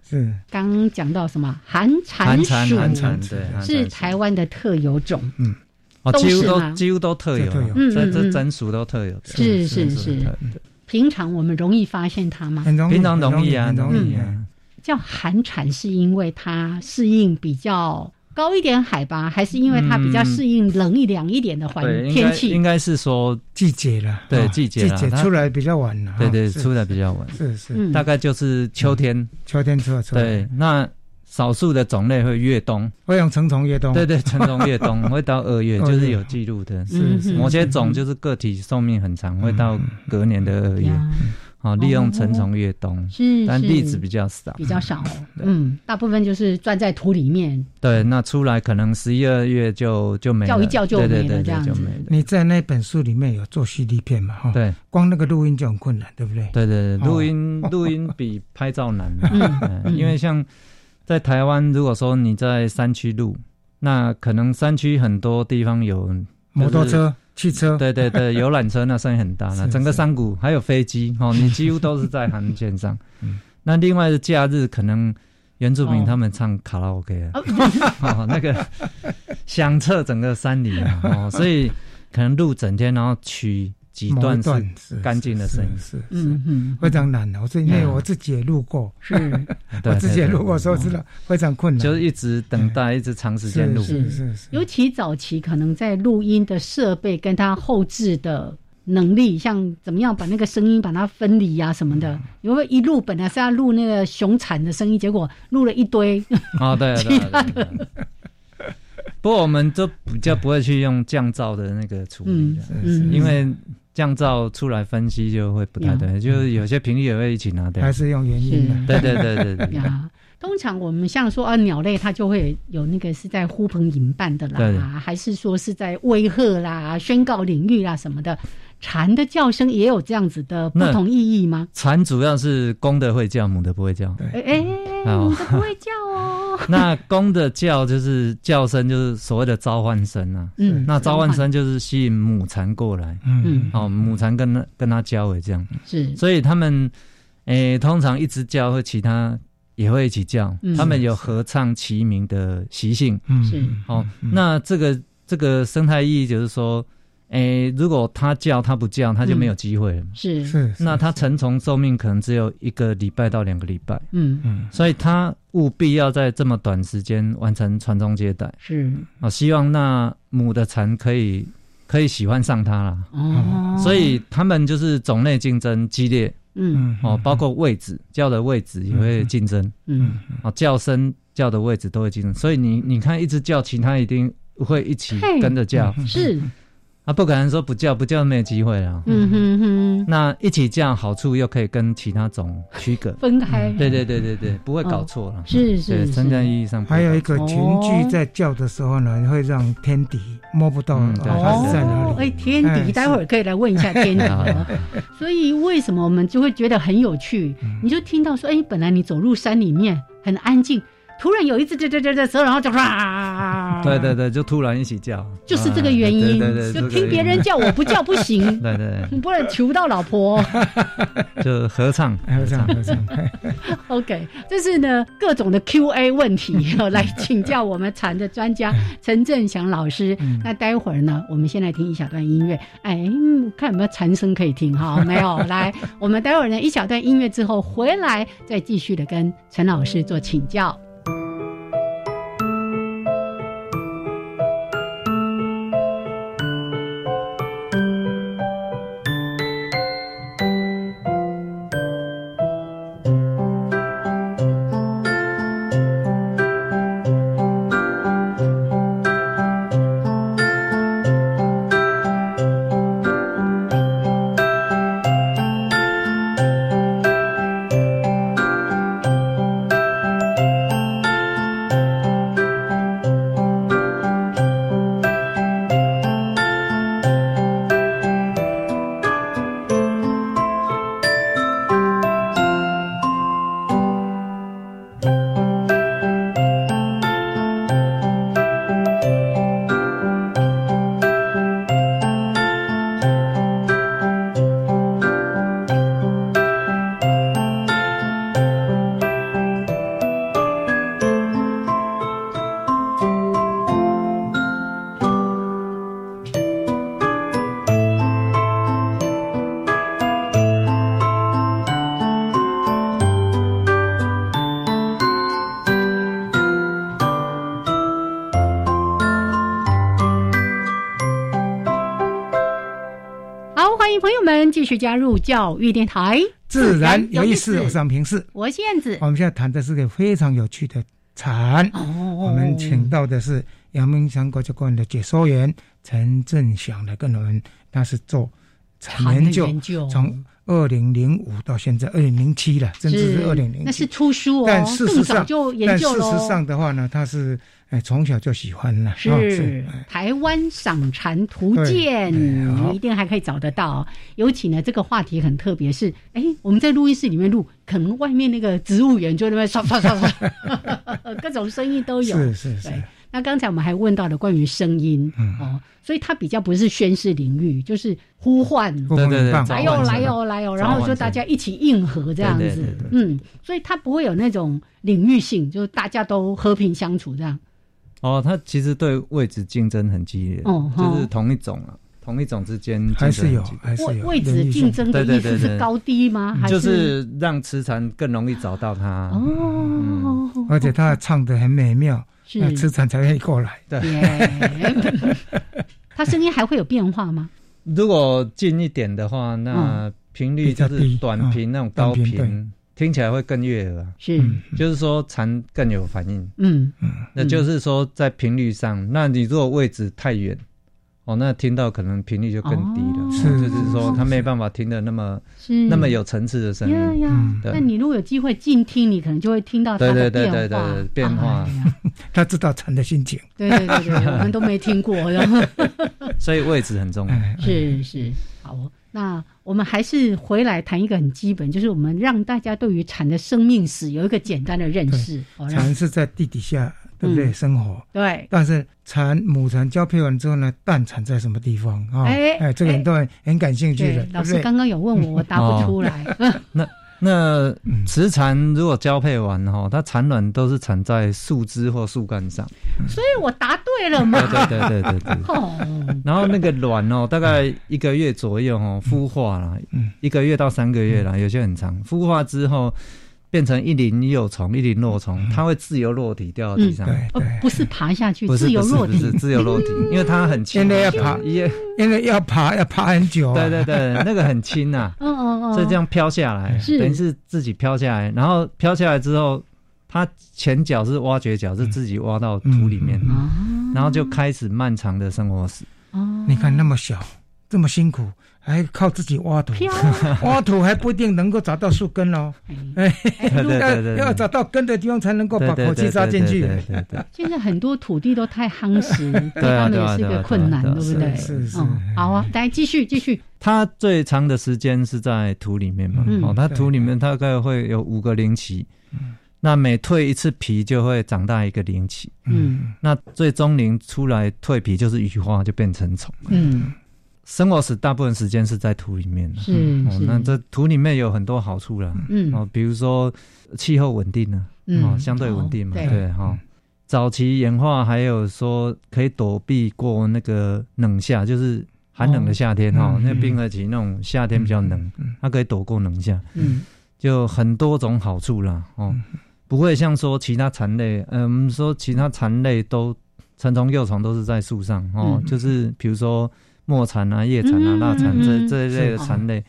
[SPEAKER 1] 是
[SPEAKER 2] 刚讲到什么寒蟾
[SPEAKER 6] 寒
[SPEAKER 2] 鼠，
[SPEAKER 6] 蟾寒蟾对寒
[SPEAKER 2] 是
[SPEAKER 6] 蟾
[SPEAKER 2] 台湾的特有种，
[SPEAKER 1] 嗯，
[SPEAKER 6] 哦，
[SPEAKER 2] 都
[SPEAKER 6] 几乎
[SPEAKER 2] 是
[SPEAKER 6] 都
[SPEAKER 2] 吗
[SPEAKER 6] 几乎都特有
[SPEAKER 2] 这
[SPEAKER 6] 啊
[SPEAKER 2] 特，有
[SPEAKER 6] 这
[SPEAKER 2] 嗯嗯
[SPEAKER 6] 这
[SPEAKER 2] 嗯
[SPEAKER 6] 整属都特有的，
[SPEAKER 2] 是是是
[SPEAKER 6] 特有的
[SPEAKER 2] 平常我们容易发现它吗？
[SPEAKER 1] 很容易，
[SPEAKER 6] 平常容易啊
[SPEAKER 1] 很容
[SPEAKER 6] 容
[SPEAKER 1] 易
[SPEAKER 6] 易啊
[SPEAKER 1] 嗯
[SPEAKER 2] 叫寒蝉是因为它适应比较高一点海拔，还是因为它比较适应冷一凉一点的环、
[SPEAKER 6] 嗯对，应
[SPEAKER 2] 天
[SPEAKER 6] 该
[SPEAKER 2] 气？
[SPEAKER 6] 应该是说
[SPEAKER 1] 季节了，
[SPEAKER 6] 对
[SPEAKER 1] 哦
[SPEAKER 6] 季节啦
[SPEAKER 1] 季节
[SPEAKER 6] 它
[SPEAKER 1] 出来比较晚了，
[SPEAKER 6] 对对，
[SPEAKER 1] 哦是
[SPEAKER 6] 出来比较晚，
[SPEAKER 1] 是是
[SPEAKER 2] 嗯
[SPEAKER 6] 大概就是秋天，
[SPEAKER 1] 秋天出来出来，
[SPEAKER 6] 对，，那少数的种类会越冬，
[SPEAKER 1] 会用成虫越冬，
[SPEAKER 6] 对对，成
[SPEAKER 2] [LAUGHS]
[SPEAKER 6] 虫越冬会到二月，
[SPEAKER 2] 哦
[SPEAKER 1] 二
[SPEAKER 6] 就是
[SPEAKER 1] 月
[SPEAKER 6] 有记录的。
[SPEAKER 2] 嗯
[SPEAKER 1] 是是
[SPEAKER 6] 某些
[SPEAKER 1] 是
[SPEAKER 6] 种就是个体寿命很长，会到隔年的二月
[SPEAKER 2] 呀。
[SPEAKER 6] 好，利用成虫越冬，
[SPEAKER 2] 是
[SPEAKER 6] 但
[SPEAKER 2] 嗯哦是
[SPEAKER 6] 例子比较少
[SPEAKER 2] 比。较少哦，嗯，大部分就是钻在土里面，
[SPEAKER 6] 对，那出来可能十一二月就就没了，
[SPEAKER 2] 叫一叫就
[SPEAKER 6] 对
[SPEAKER 2] 没
[SPEAKER 6] 对
[SPEAKER 2] 了
[SPEAKER 6] 对
[SPEAKER 2] 这样
[SPEAKER 6] 对，就
[SPEAKER 2] 子
[SPEAKER 6] 没了。
[SPEAKER 1] 你在那本书里面有做 CD 片嘛？哈、
[SPEAKER 6] 对，
[SPEAKER 1] 光那个录音就很困难，对不对？
[SPEAKER 6] 对对对，
[SPEAKER 1] 哦
[SPEAKER 6] 录音录音比拍照难啊，
[SPEAKER 2] 嗯
[SPEAKER 6] 嗯因为像在台湾，如果说你在山区录，那可能山区很多地方有
[SPEAKER 1] 摩托车、汽 [LAUGHS] 车，
[SPEAKER 6] 对对对，游览车那声音很大
[SPEAKER 1] 是
[SPEAKER 6] 那
[SPEAKER 1] 是
[SPEAKER 6] 整个山谷还有飞机哦，你几乎都是在航
[SPEAKER 1] [LAUGHS]
[SPEAKER 6] 线上。
[SPEAKER 1] 嗯
[SPEAKER 6] 那另外的假日可能原住
[SPEAKER 1] 哦
[SPEAKER 6] 民他们唱卡拉 OK 啊， [LAUGHS] 哦，那个响彻整个山里啊，
[SPEAKER 1] [LAUGHS]
[SPEAKER 6] 哦，所以可能录整天，然后取几
[SPEAKER 1] 某
[SPEAKER 6] 段
[SPEAKER 1] 一段
[SPEAKER 6] 是干净的声音，
[SPEAKER 1] 是是是
[SPEAKER 2] 嗯
[SPEAKER 6] [LAUGHS]
[SPEAKER 2] 嗯，
[SPEAKER 1] 非常难的。我最因为我自己也录过，
[SPEAKER 2] 是
[SPEAKER 6] 嗯对嗯
[SPEAKER 1] 我自己也录过，所以我知道非常困难，
[SPEAKER 6] 就是一直等待，一直长时间录。
[SPEAKER 1] 是是是，
[SPEAKER 2] 尤其早期可能在录音的设备跟它后置的能力，像怎么样把那个声音把它分离呀、什么的，
[SPEAKER 6] 嗯
[SPEAKER 2] 因为一录本来是要录那个熊蝉的声音，结果录了一堆，
[SPEAKER 6] 哦，对对对对
[SPEAKER 1] [LAUGHS]
[SPEAKER 6] 对。不过我们都比较不会去用降噪的那个处理了，
[SPEAKER 2] 嗯是是
[SPEAKER 6] 因为降噪出来分析就会不太对，就是有些频率也会一起拿掉
[SPEAKER 1] 还。是用原音的。
[SPEAKER 6] 对对对对对对
[SPEAKER 2] 嗯呀。通常我们像说啊，鸟类它就会有那个是在呼朋引伴的
[SPEAKER 6] 对
[SPEAKER 2] 啦，还是说是在威吓啦、宣告领域啊啦什么的。蝉的叫声也有这样子的不
[SPEAKER 6] 那
[SPEAKER 2] 同意义吗？
[SPEAKER 6] 蝉主要是公的会叫，母的不会叫。
[SPEAKER 2] 哎哎，
[SPEAKER 6] 哦
[SPEAKER 2] 你都不会叫
[SPEAKER 6] [LAUGHS]
[SPEAKER 2] 哦。
[SPEAKER 6] 那公的叫就是叫声，就是所谓的召唤声啊。
[SPEAKER 2] 嗯，
[SPEAKER 6] 那召唤声就是吸引母蝉过来，
[SPEAKER 1] 嗯，
[SPEAKER 6] 哦，母蝉跟它跟它交尾这样。
[SPEAKER 2] 是
[SPEAKER 6] 所以他们，诶、通常一只叫，会其他也会一起叫，
[SPEAKER 2] 嗯
[SPEAKER 6] 他们有合唱齐名的习性。
[SPEAKER 1] 嗯
[SPEAKER 2] 是
[SPEAKER 6] 哦，那这个这个生态意义就是说，诶、如果它叫它不叫，它就没有机会了。
[SPEAKER 2] 是
[SPEAKER 1] 嗯是是
[SPEAKER 6] 那它成虫寿命可能只有一个礼拜到两个礼拜，
[SPEAKER 2] 嗯
[SPEAKER 1] 嗯
[SPEAKER 6] 所以它务必要在这么短时间完成传宗接代。
[SPEAKER 2] 是
[SPEAKER 6] 哦，希望那母的蝉可以可以喜欢上它啦。
[SPEAKER 2] 哦，
[SPEAKER 6] 所以他们就是种类竞争激烈，
[SPEAKER 2] 嗯
[SPEAKER 1] 嗯
[SPEAKER 6] 哦，包括位置叫的位置也会竞争，
[SPEAKER 2] 嗯
[SPEAKER 6] 哦，叫声叫的位置都会竞争，所以你你看一直叫，其他一定会一起
[SPEAKER 2] 嘿
[SPEAKER 6] 跟
[SPEAKER 1] [LAUGHS]
[SPEAKER 6] 着叫，
[SPEAKER 2] 是
[SPEAKER 6] 啊，不可能说不叫不叫没有机会了。
[SPEAKER 2] 嗯嗯哼哼，，
[SPEAKER 6] 那一起叫好处又可以跟其他种区隔
[SPEAKER 2] [LAUGHS] 分开
[SPEAKER 6] 嗯对对对对对，不会搞错了。
[SPEAKER 2] 是哦是
[SPEAKER 6] 对，真正
[SPEAKER 2] 是，
[SPEAKER 6] 意义上不会
[SPEAKER 1] 还有一
[SPEAKER 6] 搞
[SPEAKER 1] 个群聚在叫的时候呢，会让天敌摸不到
[SPEAKER 6] 嗯
[SPEAKER 1] 它
[SPEAKER 6] 对它
[SPEAKER 1] 是在哪
[SPEAKER 2] 哦，哎，
[SPEAKER 1] 里。
[SPEAKER 2] 天
[SPEAKER 1] 哦哎
[SPEAKER 2] 敌，待会儿可以来问一下天敌
[SPEAKER 6] 错 [LAUGHS] 啊
[SPEAKER 2] 哦。所以为什么我们就会觉得很有趣？
[SPEAKER 6] 嗯
[SPEAKER 2] 你就听到说，哎，本来你走入山里面很安静，突然有一只这这这这蛇，然后就哇，
[SPEAKER 6] 对对对，就突然一起叫，
[SPEAKER 2] 就是这个原因
[SPEAKER 6] 啊对
[SPEAKER 2] 就
[SPEAKER 6] 对对，这个
[SPEAKER 2] 听别
[SPEAKER 6] 原因
[SPEAKER 2] 人，叫我不叫不行，
[SPEAKER 6] [LAUGHS] 对对
[SPEAKER 2] 你不然娶不到老婆。
[SPEAKER 6] 对，就合唱，
[SPEAKER 1] 还哎有这样，还有这样，
[SPEAKER 2] OK，这是呢各种的 Q&A 问
[SPEAKER 1] [LAUGHS]
[SPEAKER 2] 题、哦、来请教我们禅的专家陈振祥老师。
[SPEAKER 1] 嗯
[SPEAKER 2] 那待会儿呢，我们先来听一小段音乐，哎，嗯看有没有禅声可以听
[SPEAKER 1] [LAUGHS]
[SPEAKER 2] 哈、哦没有，来，我们待会儿呢一小段音乐之后回来再继续的跟陈老师做请教。欢迎朋友们继续加入教育电台，
[SPEAKER 1] [LAUGHS] 自然有意思，我是平视，
[SPEAKER 2] 我是燕子。哦
[SPEAKER 1] 我们现在谈的是个非常有趣的蝉，我们请到的是阳明山国家公园的解说员陈振祥来跟我们，他是做
[SPEAKER 2] 蝉
[SPEAKER 1] 研
[SPEAKER 2] 的研究
[SPEAKER 1] 从二零零五到现在二零零七了，甚至是二零零，
[SPEAKER 2] 那是出书哦，
[SPEAKER 1] 但事实
[SPEAKER 2] 更早
[SPEAKER 1] 上
[SPEAKER 2] 就研
[SPEAKER 1] 但事
[SPEAKER 2] 究喽。
[SPEAKER 1] 实上的话呢，他是哎从小就喜欢了，哦
[SPEAKER 2] 是台湾赏蝉图鉴，你一定还可以找得到。尤其呢，这个话题很特别，是哎，我们在录音室里面录，可能外面那个植物园就在那边刷刷刷
[SPEAKER 1] [LAUGHS]
[SPEAKER 2] 刷，各种声音都有。
[SPEAKER 1] 是是是嗯
[SPEAKER 2] 对。那刚才我们还问到了关于声音、哦，所以它比较不是宣示领域，就是呼唤，
[SPEAKER 1] 呼唤对对对很棒
[SPEAKER 2] 来
[SPEAKER 1] 召
[SPEAKER 2] 哟
[SPEAKER 1] 唤
[SPEAKER 2] 来
[SPEAKER 1] 声
[SPEAKER 2] 哟来哟，哦
[SPEAKER 1] 召
[SPEAKER 2] 然后
[SPEAKER 1] 唤
[SPEAKER 2] 就
[SPEAKER 1] 声
[SPEAKER 2] 大家一起应和这样
[SPEAKER 1] 对对
[SPEAKER 2] 子
[SPEAKER 1] 对，对
[SPEAKER 2] 嗯，所以它不会有那种领域性，就是大家都和平相处这样。
[SPEAKER 6] 哦，它其实对位置竞争很激烈，
[SPEAKER 2] 哦吼
[SPEAKER 6] 就是同一种啊，同一种之间竞争
[SPEAKER 1] 还是有
[SPEAKER 6] 很激烈
[SPEAKER 1] 还是
[SPEAKER 2] 位
[SPEAKER 1] 有
[SPEAKER 2] 位置竞争的意
[SPEAKER 6] 对对
[SPEAKER 2] 思
[SPEAKER 6] 对
[SPEAKER 2] 是
[SPEAKER 6] 对，
[SPEAKER 2] 高低
[SPEAKER 1] 嗯
[SPEAKER 2] 吗？还
[SPEAKER 6] 就是让磁场更容易找到它。
[SPEAKER 2] 哦，
[SPEAKER 1] 而且他唱的很美妙，
[SPEAKER 2] 是
[SPEAKER 1] 嗯啊那磁场才会过来。
[SPEAKER 6] 对，
[SPEAKER 2] [LAUGHS] 他声音还会有变化吗？
[SPEAKER 6] 如果近一点的话，那频率就
[SPEAKER 1] 比较低
[SPEAKER 6] 是短频那种
[SPEAKER 1] 短
[SPEAKER 6] 高
[SPEAKER 1] 频
[SPEAKER 6] 频，听起来会更悦耳啊。
[SPEAKER 2] 是嗯，
[SPEAKER 6] 就是说蝉更有反应。
[SPEAKER 2] 嗯，
[SPEAKER 6] 那就是说在频率上，那你如果位置太远，哦，那听到可能频率就更低了。
[SPEAKER 1] 是
[SPEAKER 6] 哦就是说
[SPEAKER 1] 是
[SPEAKER 6] 他没办法听的那么
[SPEAKER 2] 是嗯
[SPEAKER 6] 那么有层次的声
[SPEAKER 2] 呀
[SPEAKER 1] 嗯
[SPEAKER 6] 音。
[SPEAKER 2] 呀，
[SPEAKER 6] 对
[SPEAKER 2] 那你如果有机会近听，你可能就会听到
[SPEAKER 6] 对
[SPEAKER 2] 它的
[SPEAKER 6] 对对
[SPEAKER 2] 变化。哎
[SPEAKER 6] 对对，变化，
[SPEAKER 1] 他知道蝉的心情。
[SPEAKER 2] 对对对对，我们都没听过。然
[SPEAKER 1] [LAUGHS]
[SPEAKER 2] 后
[SPEAKER 6] 所以位置很
[SPEAKER 1] 嗯
[SPEAKER 6] 重要。
[SPEAKER 1] 哎
[SPEAKER 2] 是是好哦，那我们还是回来谈一个很基本，就是我们让大家对于蝉的生命史有一个简单的认识。好让
[SPEAKER 1] 蝉是在地底下，对不对？
[SPEAKER 2] 嗯
[SPEAKER 1] 生活。
[SPEAKER 2] 对，
[SPEAKER 1] 但是蝉母蝉交配完之后呢，蛋产在什么地方啊？
[SPEAKER 2] 哎
[SPEAKER 1] 哎，这个很多人很感兴趣的，
[SPEAKER 2] 对，
[SPEAKER 1] 对
[SPEAKER 2] 老
[SPEAKER 1] 不
[SPEAKER 2] 师
[SPEAKER 1] 对？
[SPEAKER 2] 刚刚有问
[SPEAKER 6] [LAUGHS]
[SPEAKER 2] 我，我答不出来。
[SPEAKER 6] 哦那雌蝉如果交配完哈，它产卵都是产在树枝或树干上。
[SPEAKER 2] [LAUGHS]
[SPEAKER 6] 哦
[SPEAKER 2] 所以我答对了嘛？
[SPEAKER 6] 对对对对对对
[SPEAKER 2] 哦，
[SPEAKER 6] 然后那个卵哦，大概一个月左右哦，
[SPEAKER 1] 嗯
[SPEAKER 6] 孵化了，一个月到三个月啦，有些很长。孵化之后变成一鳞幼虫、一鳞落
[SPEAKER 1] 嗯
[SPEAKER 6] 虫，它会自由落体掉到地上。
[SPEAKER 2] 哦，不是爬下去，
[SPEAKER 6] 不是
[SPEAKER 2] 自由
[SPEAKER 6] 不是
[SPEAKER 2] 落
[SPEAKER 6] 不是
[SPEAKER 2] 体，
[SPEAKER 6] 自由
[SPEAKER 1] [LAUGHS]
[SPEAKER 6] 落体，因为它很轻，啊
[SPEAKER 1] 因为要爬，因为要爬要爬很久啊。
[SPEAKER 6] 对对对，那个很轻呐、
[SPEAKER 2] 嗯嗯嗯，
[SPEAKER 6] 所以这样飘下来，
[SPEAKER 2] 是
[SPEAKER 6] 等于是自己飘下来，然后飘下来之后，它前脚是挖掘脚，是自己挖到土里面，
[SPEAKER 2] 哦
[SPEAKER 1] 嗯
[SPEAKER 6] 然后就开始漫长的生活史。
[SPEAKER 2] 哦
[SPEAKER 1] 你看那么小，这么辛苦，还靠自己挖土，
[SPEAKER 2] 啊
[SPEAKER 1] [LAUGHS] 挖土还不一定能够找到树根哦。哎，
[SPEAKER 6] 对对对对
[SPEAKER 1] 要要找到根的地方才能够把口气扎进去
[SPEAKER 6] 对。对对对对
[SPEAKER 2] 现在很多土地都太夯
[SPEAKER 6] [LAUGHS]
[SPEAKER 2] 实，对
[SPEAKER 6] 对啊
[SPEAKER 2] 他们
[SPEAKER 6] 对
[SPEAKER 2] 也
[SPEAKER 6] 啊
[SPEAKER 2] 是一
[SPEAKER 6] 对
[SPEAKER 2] 个
[SPEAKER 6] 啊
[SPEAKER 2] 困难，
[SPEAKER 6] 对啊
[SPEAKER 2] 对不对？
[SPEAKER 6] 是是是
[SPEAKER 2] 嗯，好啊，来继续继续。
[SPEAKER 6] 它最长的时间是在土里面嘛，
[SPEAKER 2] 嗯
[SPEAKER 6] 哦，它土里面大概会有五个灵期，那每蜕一次皮就会长大一个灵期，
[SPEAKER 2] 嗯
[SPEAKER 6] 那最终灵出来蜕皮就是羽化，就变成虫。
[SPEAKER 2] 嗯，
[SPEAKER 6] 生活时大部分时间是在土里面的，
[SPEAKER 2] 是
[SPEAKER 6] 哦
[SPEAKER 2] 是，
[SPEAKER 6] 那这土里面有很多好处啦，
[SPEAKER 2] 嗯
[SPEAKER 6] 哦，比如说气候稳定啊，
[SPEAKER 2] 嗯
[SPEAKER 6] 哦，相对稳定嘛，
[SPEAKER 2] 哦对
[SPEAKER 6] 对哈、哦。早期演化还有说可以躲避过那个冷夏，就是寒冷的夏天哈、
[SPEAKER 1] 哦
[SPEAKER 6] 哦，
[SPEAKER 2] 嗯
[SPEAKER 6] 那冰河期那种夏
[SPEAKER 1] 嗯
[SPEAKER 6] 天比较冷，它可以躲过冷夏，
[SPEAKER 2] 嗯，
[SPEAKER 6] 就很多种好处啦，哦，
[SPEAKER 1] 嗯
[SPEAKER 6] 不会像说其他蝉类，嗯，我们说其他蝉类都成虫幼虫都是在树上哦，
[SPEAKER 1] 嗯
[SPEAKER 6] 就是比如说墨蝉啊、叶蝉啊、
[SPEAKER 1] 嗯
[SPEAKER 6] 蜡蝉
[SPEAKER 1] 嗯
[SPEAKER 6] 这
[SPEAKER 1] 嗯
[SPEAKER 6] 这一类的
[SPEAKER 1] 是
[SPEAKER 6] 蝉类，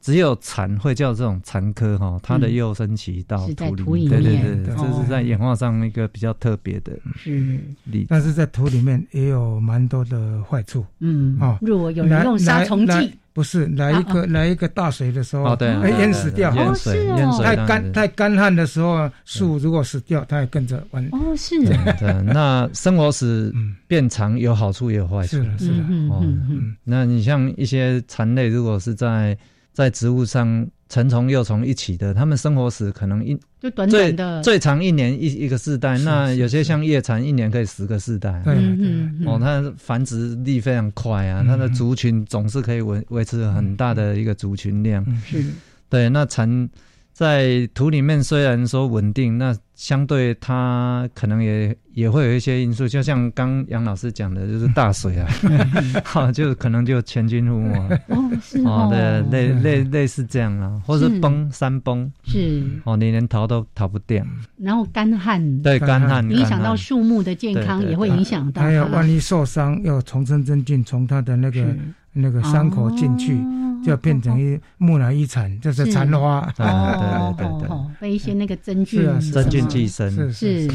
[SPEAKER 6] 只有蝉会叫这种蝉科哈，它的
[SPEAKER 2] 嗯
[SPEAKER 6] 幼生期到
[SPEAKER 2] 是在
[SPEAKER 6] 土
[SPEAKER 2] 土里
[SPEAKER 6] 对对
[SPEAKER 2] 面
[SPEAKER 6] 对，对
[SPEAKER 2] 哦
[SPEAKER 6] 这是在演化上一个比较特别的
[SPEAKER 2] 是，
[SPEAKER 6] 例子。
[SPEAKER 1] 但是在土里面也有蛮多的坏处。
[SPEAKER 2] 嗯
[SPEAKER 1] 哦，
[SPEAKER 2] 如果有人
[SPEAKER 1] 来
[SPEAKER 2] 用杀虫，
[SPEAKER 1] 来来
[SPEAKER 2] 剂，
[SPEAKER 1] 不是来一
[SPEAKER 2] 啊
[SPEAKER 1] 个来一个大水的时候，
[SPEAKER 6] 哦对啊
[SPEAKER 1] 哎
[SPEAKER 6] 对啊
[SPEAKER 1] 淹死掉，
[SPEAKER 6] 对啊淹水哦是哦淹水
[SPEAKER 1] 太
[SPEAKER 6] 当然
[SPEAKER 1] 干
[SPEAKER 6] 是
[SPEAKER 1] 太干旱的时候，树如果死掉，它也跟着完。
[SPEAKER 2] 哦，是，
[SPEAKER 6] 嗯对，那生活史变长有好处也有坏处，
[SPEAKER 1] 嗯是的是的
[SPEAKER 2] 嗯
[SPEAKER 6] 哦
[SPEAKER 2] 嗯嗯，
[SPEAKER 6] 那你像一些蝉类，如果是在在植物上成虫幼虫一起的，它们生活史可能一
[SPEAKER 2] 就短
[SPEAKER 6] 最
[SPEAKER 2] 短的，
[SPEAKER 6] 最长一年一一个世代，
[SPEAKER 1] 是
[SPEAKER 6] 那
[SPEAKER 1] 是
[SPEAKER 6] 有些像叶蝉一年可以十个世代啊。
[SPEAKER 1] 对
[SPEAKER 2] 嗯嗯嗯
[SPEAKER 6] 哦，它繁殖力非常快啊，
[SPEAKER 1] 嗯
[SPEAKER 6] 它的族群总是可以维维持很大的一个族群量。
[SPEAKER 2] 是，
[SPEAKER 6] 对，那蝉在土里面虽然说稳定，那相对它可能也也会有一些因素，就像刚杨老师讲的，就是大水啊，好，就可能就前进入没啊。
[SPEAKER 2] 哦是
[SPEAKER 6] 哦，对，
[SPEAKER 2] 哦，
[SPEAKER 6] 类类类似这样啦，或是
[SPEAKER 2] 是
[SPEAKER 6] 崩山崩，
[SPEAKER 2] 是，
[SPEAKER 6] 哦，你连逃都逃不掉。
[SPEAKER 2] 然后干旱，
[SPEAKER 6] 对，干旱
[SPEAKER 2] 影响
[SPEAKER 6] 干
[SPEAKER 2] 到
[SPEAKER 6] 旱
[SPEAKER 2] 树木的健康，
[SPEAKER 6] 对对
[SPEAKER 2] 也会影响到它。
[SPEAKER 1] 还有万一受伤，要重生真菌从它的那个那个伤口进去，就变成一木乃伊蚕，就是蚕花。
[SPEAKER 2] 哦对对对对，被一些那个真菌
[SPEAKER 1] 是啊
[SPEAKER 2] 什么
[SPEAKER 6] 真菌寄生
[SPEAKER 1] 是
[SPEAKER 2] 是，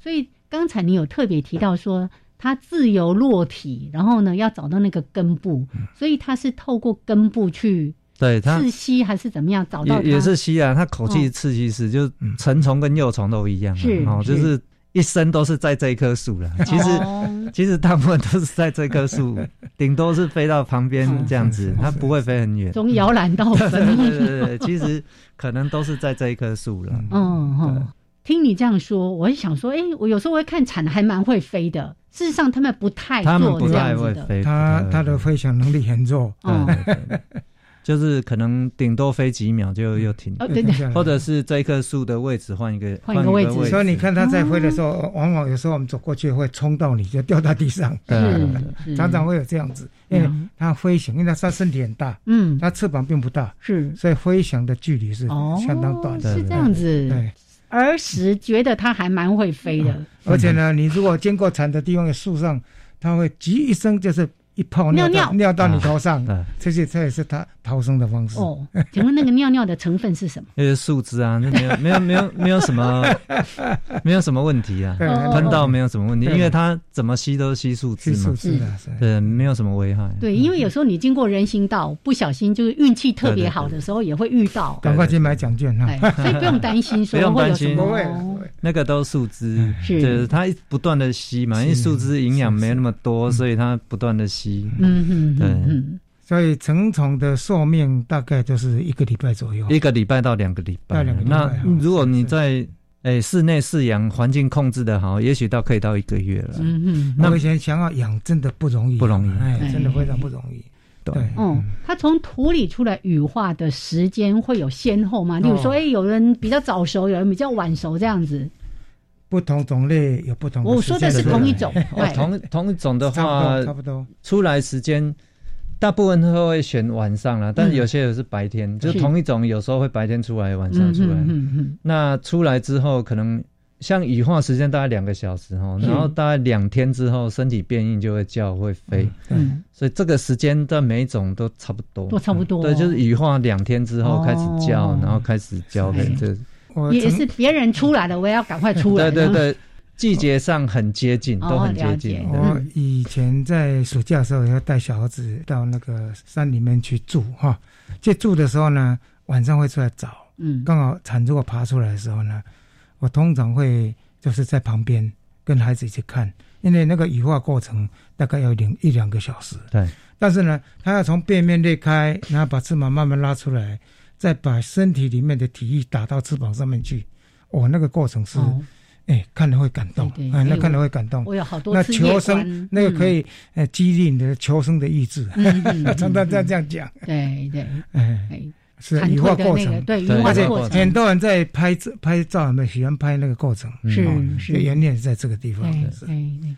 [SPEAKER 2] 所以刚才你有特别提到说，它自由落体，然后呢要找到那个根部，所以它是透过根部去
[SPEAKER 6] 对它
[SPEAKER 2] 窒息还是怎么样找到它？
[SPEAKER 6] 也也是吸啊，它口气
[SPEAKER 2] 哦
[SPEAKER 6] 刺激死，就成虫跟幼虫都一样啊，
[SPEAKER 2] 是
[SPEAKER 6] 哦，就是是一生都是在这一棵树了。其实
[SPEAKER 2] 哦
[SPEAKER 6] 其实大部分都是在这棵
[SPEAKER 1] [LAUGHS]
[SPEAKER 6] 树，顶多是飞到旁边这样子，它不会飞很远。
[SPEAKER 2] 从摇篮
[SPEAKER 6] [LAUGHS]
[SPEAKER 2] 到
[SPEAKER 6] 对对
[SPEAKER 2] 坟墓。
[SPEAKER 6] 对对对，其实可能都是在这一棵树了。
[SPEAKER 2] 嗯嗯，听你这样说，我也想说，哎，我有时候会看蝉还蛮会飞的。事实上，他们不太做这样子的。哦
[SPEAKER 1] 它它的飞翔能力很弱。
[SPEAKER 6] 对对对就是可能顶多飞几秒就又停了，
[SPEAKER 1] 哦对对
[SPEAKER 6] 或者是这一棵树的位置换一个
[SPEAKER 1] 所以你看它在飞的时
[SPEAKER 6] 候，
[SPEAKER 1] 候，往往有时候我们走过去会冲到你，就掉到地上。
[SPEAKER 6] 是
[SPEAKER 2] 是
[SPEAKER 1] 常常会有这样子，因为它飞行，因为它身体很大，
[SPEAKER 2] 嗯，
[SPEAKER 1] 它翅膀并不大，
[SPEAKER 2] 是，
[SPEAKER 1] 所以飞翔的距离是
[SPEAKER 2] 哦
[SPEAKER 1] 相当短的。
[SPEAKER 2] 是这样子。
[SPEAKER 1] 对，
[SPEAKER 2] 儿时觉得它还蛮会飞的，
[SPEAKER 1] 而且呢，
[SPEAKER 2] 嗯
[SPEAKER 1] 你如果经过蝉的地方，树上，它会急一声就是一泡
[SPEAKER 2] 尿
[SPEAKER 1] 到
[SPEAKER 2] 尿
[SPEAKER 1] 尿到你头上
[SPEAKER 6] 啊，
[SPEAKER 1] 这些这也是它逃生的方式。
[SPEAKER 2] 哦，请问那个尿尿的成分是什么？
[SPEAKER 6] 那些树枝啊，那没有没有没有没有
[SPEAKER 1] [LAUGHS]
[SPEAKER 6] 什么没有什么问题啊，
[SPEAKER 2] 哦
[SPEAKER 1] 对对对
[SPEAKER 6] 喷到没有什么问题，
[SPEAKER 1] 对
[SPEAKER 6] 因为它怎么吸都吸树枝
[SPEAKER 1] 吸
[SPEAKER 6] 嘛
[SPEAKER 1] 树，枝的是
[SPEAKER 6] 对，没有什么危害。
[SPEAKER 2] 对，因为有时候你经过人行道，不小心就是运气特别好的时候，也会遇到。
[SPEAKER 1] 赶快去买奖券
[SPEAKER 2] 哎，
[SPEAKER 1] 哈。
[SPEAKER 2] 所以不用担心
[SPEAKER 6] 不
[SPEAKER 2] 说
[SPEAKER 6] 用
[SPEAKER 2] 会有
[SPEAKER 6] 担
[SPEAKER 2] 什
[SPEAKER 6] 心，
[SPEAKER 2] 么。
[SPEAKER 6] 那个都树
[SPEAKER 1] 嗯
[SPEAKER 6] 枝，
[SPEAKER 2] 是
[SPEAKER 6] 就是它一不断的吸嘛，因为树枝营养没那么多，所以它不断的吸。
[SPEAKER 2] 嗯嗯
[SPEAKER 6] 对
[SPEAKER 2] 嗯
[SPEAKER 1] 所以成虫的寿命大概就是一个礼拜左右。
[SPEAKER 6] 一个礼拜到两个礼拜，
[SPEAKER 1] 到两个礼拜哦
[SPEAKER 6] 那如果你在诶室内饲养，环境控制的好，也许到可以到一个月了。
[SPEAKER 2] 嗯
[SPEAKER 1] 那我以前想要养真的不容易，
[SPEAKER 6] 不容易
[SPEAKER 1] 哎，
[SPEAKER 2] 对
[SPEAKER 1] 真的非常不容易。对，
[SPEAKER 2] 嗯，它从土里出来羽化的时间会有先后吗？例如说，
[SPEAKER 1] 哦
[SPEAKER 2] 哎，有人比较早熟，有人比较晚熟，这样子。
[SPEAKER 1] 不同种类有不同哦的时间。
[SPEAKER 2] 我说的是同一种，
[SPEAKER 6] 哦
[SPEAKER 2] 哎，
[SPEAKER 6] 同同一种的
[SPEAKER 1] 差不
[SPEAKER 6] 话
[SPEAKER 1] 多，差不多
[SPEAKER 6] 出来时间。大部分都会选晚上啦，但
[SPEAKER 1] 嗯
[SPEAKER 6] 有些也是白天，就是同一种，有时候会白天出来，晚上出来。
[SPEAKER 2] 嗯
[SPEAKER 6] 那出来之后，可能像羽化时间大概两个小时哦，
[SPEAKER 2] 嗯
[SPEAKER 1] 是
[SPEAKER 6] 然后大概两天之后，身体变硬就会叫会飞，
[SPEAKER 2] 嗯，
[SPEAKER 6] 所以这个时间在每一种都差不多，
[SPEAKER 2] 都差不多
[SPEAKER 6] 对，就是羽化两天之后
[SPEAKER 2] 哦
[SPEAKER 6] 开始叫，然后开始交配，这
[SPEAKER 1] 我
[SPEAKER 2] 也是别人出来了，我也要赶快出
[SPEAKER 1] [LAUGHS]
[SPEAKER 2] 来。
[SPEAKER 6] 对对对，季节上很接近，
[SPEAKER 2] 啊哦
[SPEAKER 6] 都很接近。
[SPEAKER 2] 了解嗯
[SPEAKER 6] 对
[SPEAKER 1] 我以前在暑假的时候，也要带小孩子到那个山里面去住哈。去住的时候呢，晚上会出来找。
[SPEAKER 2] 嗯，
[SPEAKER 1] 刚好产如果爬出来的时候呢，我通常会就是在旁边跟孩子一起看，因为那个羽化过程大概要两一两个小时。
[SPEAKER 6] 对，
[SPEAKER 1] 但是呢，它要从背面裂开，然后把翅膀慢慢拉出来，再把身体里面的体液打到翅膀上面去。哦，那个过程是，哎、
[SPEAKER 2] 哦
[SPEAKER 1] 看了会感动，
[SPEAKER 2] 对对
[SPEAKER 1] 哎，
[SPEAKER 2] 哎
[SPEAKER 1] 那
[SPEAKER 2] 我
[SPEAKER 1] 看了会感动。
[SPEAKER 2] 我有好多
[SPEAKER 1] 那
[SPEAKER 2] 次
[SPEAKER 1] 求
[SPEAKER 2] 夜
[SPEAKER 1] 生
[SPEAKER 2] 观
[SPEAKER 1] 那个可
[SPEAKER 2] 嗯
[SPEAKER 1] 以，呃，激励你的求生的意志。
[SPEAKER 2] 嗯嗯嗯
[SPEAKER 1] [LAUGHS] 常常这样这样讲，
[SPEAKER 2] 对对，
[SPEAKER 6] 嗯
[SPEAKER 1] 哎， [LAUGHS] 是
[SPEAKER 2] 蝉蜕
[SPEAKER 1] 羽化
[SPEAKER 2] 的
[SPEAKER 1] 过
[SPEAKER 2] 那个
[SPEAKER 1] 程，
[SPEAKER 2] 对羽化
[SPEAKER 1] 而且
[SPEAKER 2] 的过程
[SPEAKER 1] 很多人在拍照拍照，有没有喜欢拍那个过程？
[SPEAKER 2] 是
[SPEAKER 1] 哦
[SPEAKER 2] 是
[SPEAKER 1] 就原点是在这个地方。
[SPEAKER 2] 对对对，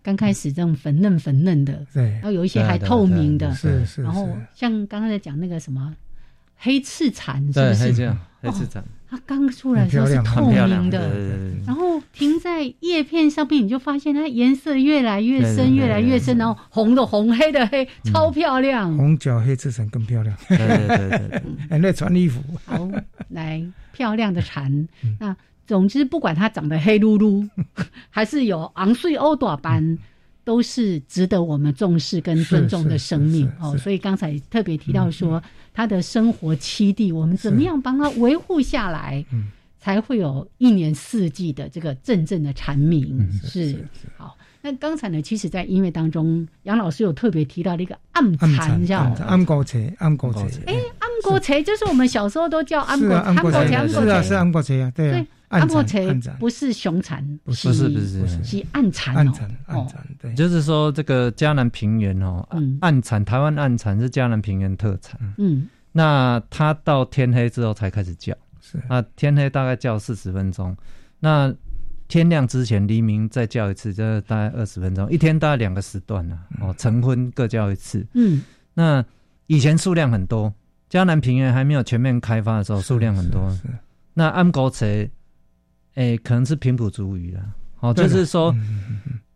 [SPEAKER 2] 刚开始这种粉嫩粉嫩的，
[SPEAKER 1] 对
[SPEAKER 2] 然后有一些还透明的，
[SPEAKER 1] 对对对是是
[SPEAKER 2] 然后像刚刚在讲那个什么黑翅蝉，是
[SPEAKER 6] 对，啊
[SPEAKER 2] 不
[SPEAKER 6] 还
[SPEAKER 2] 是？
[SPEAKER 6] 这样，还是
[SPEAKER 2] 哦
[SPEAKER 6] 这样，
[SPEAKER 2] 它刚出来的时候是
[SPEAKER 6] 很
[SPEAKER 2] 透
[SPEAKER 6] 漂亮
[SPEAKER 2] 明
[SPEAKER 6] 对
[SPEAKER 2] 的，
[SPEAKER 6] 对对对
[SPEAKER 2] 然后停在叶片上面，你就发现它颜色越来越
[SPEAKER 1] 对对
[SPEAKER 2] 深，
[SPEAKER 1] 对
[SPEAKER 2] 越来越深，然后红的红，黑的黑，
[SPEAKER 6] 嗯
[SPEAKER 2] 超漂亮。
[SPEAKER 1] 红脚黑翅蝉更漂
[SPEAKER 2] [LAUGHS]
[SPEAKER 1] 亮，
[SPEAKER 6] 对对对对，
[SPEAKER 1] 还在穿衣服。
[SPEAKER 2] 好，来漂亮的蝉。
[SPEAKER 1] 嗯
[SPEAKER 2] 那总之，不管它长得黑噜
[SPEAKER 1] [LAUGHS]
[SPEAKER 2] 噜，还是有昂穗欧朵
[SPEAKER 1] 嗯
[SPEAKER 2] 斑，都是值得我们重视跟尊重的生命
[SPEAKER 1] 是是是
[SPEAKER 2] 哦。
[SPEAKER 1] 是嗯
[SPEAKER 2] 所以刚才特别提到说，它的生活栖地，我们怎么样帮它维护下来？
[SPEAKER 1] 嗯
[SPEAKER 2] 才会有一年四季的这个阵阵的蝉
[SPEAKER 1] 嗯
[SPEAKER 2] 鸣，是好。那刚才呢，其实，在音乐当中，杨老师有特别提到了一个暗
[SPEAKER 1] 暗
[SPEAKER 2] 蝉，叫
[SPEAKER 1] 暗狗车，暗狗车。
[SPEAKER 2] 哎，安国锤就是我们小时候都叫安
[SPEAKER 1] 是
[SPEAKER 2] 国
[SPEAKER 1] 啊，
[SPEAKER 2] 安
[SPEAKER 1] 暗
[SPEAKER 2] 国
[SPEAKER 1] 狗
[SPEAKER 2] 锤，
[SPEAKER 1] 车
[SPEAKER 2] 安国
[SPEAKER 1] 是啊，是
[SPEAKER 2] 锤。
[SPEAKER 1] 暗狗车啊，对
[SPEAKER 2] 对
[SPEAKER 1] 啊，，
[SPEAKER 2] 安
[SPEAKER 1] 暗
[SPEAKER 2] 国
[SPEAKER 1] 蝉
[SPEAKER 2] 锤
[SPEAKER 1] 暗蝉
[SPEAKER 2] 不是熊蝉，
[SPEAKER 6] 不是不是不是
[SPEAKER 2] 是暗蝉哦，
[SPEAKER 6] 暗蝉
[SPEAKER 2] 哦，
[SPEAKER 1] 对，
[SPEAKER 6] 就是说这个嘉南平原哦，暗产台湾暗产是嘉南平原特产，
[SPEAKER 2] 嗯，
[SPEAKER 6] 那它到天黑之后才开始叫，
[SPEAKER 1] 是
[SPEAKER 6] 啊，天黑大概叫四十分钟，那天亮之前黎明再叫一次，就是大概二十分钟，一天大概两个时段啊，
[SPEAKER 1] 嗯
[SPEAKER 6] 哦，晨昏各叫一次，
[SPEAKER 2] 嗯，
[SPEAKER 6] 那以前数量很多，嘉南平原还没有全面开发的时候，数量很多，那暗狗贼，哎，可能是平埔族语啦，哦，
[SPEAKER 1] 对
[SPEAKER 6] 就
[SPEAKER 1] 啦
[SPEAKER 6] 是说。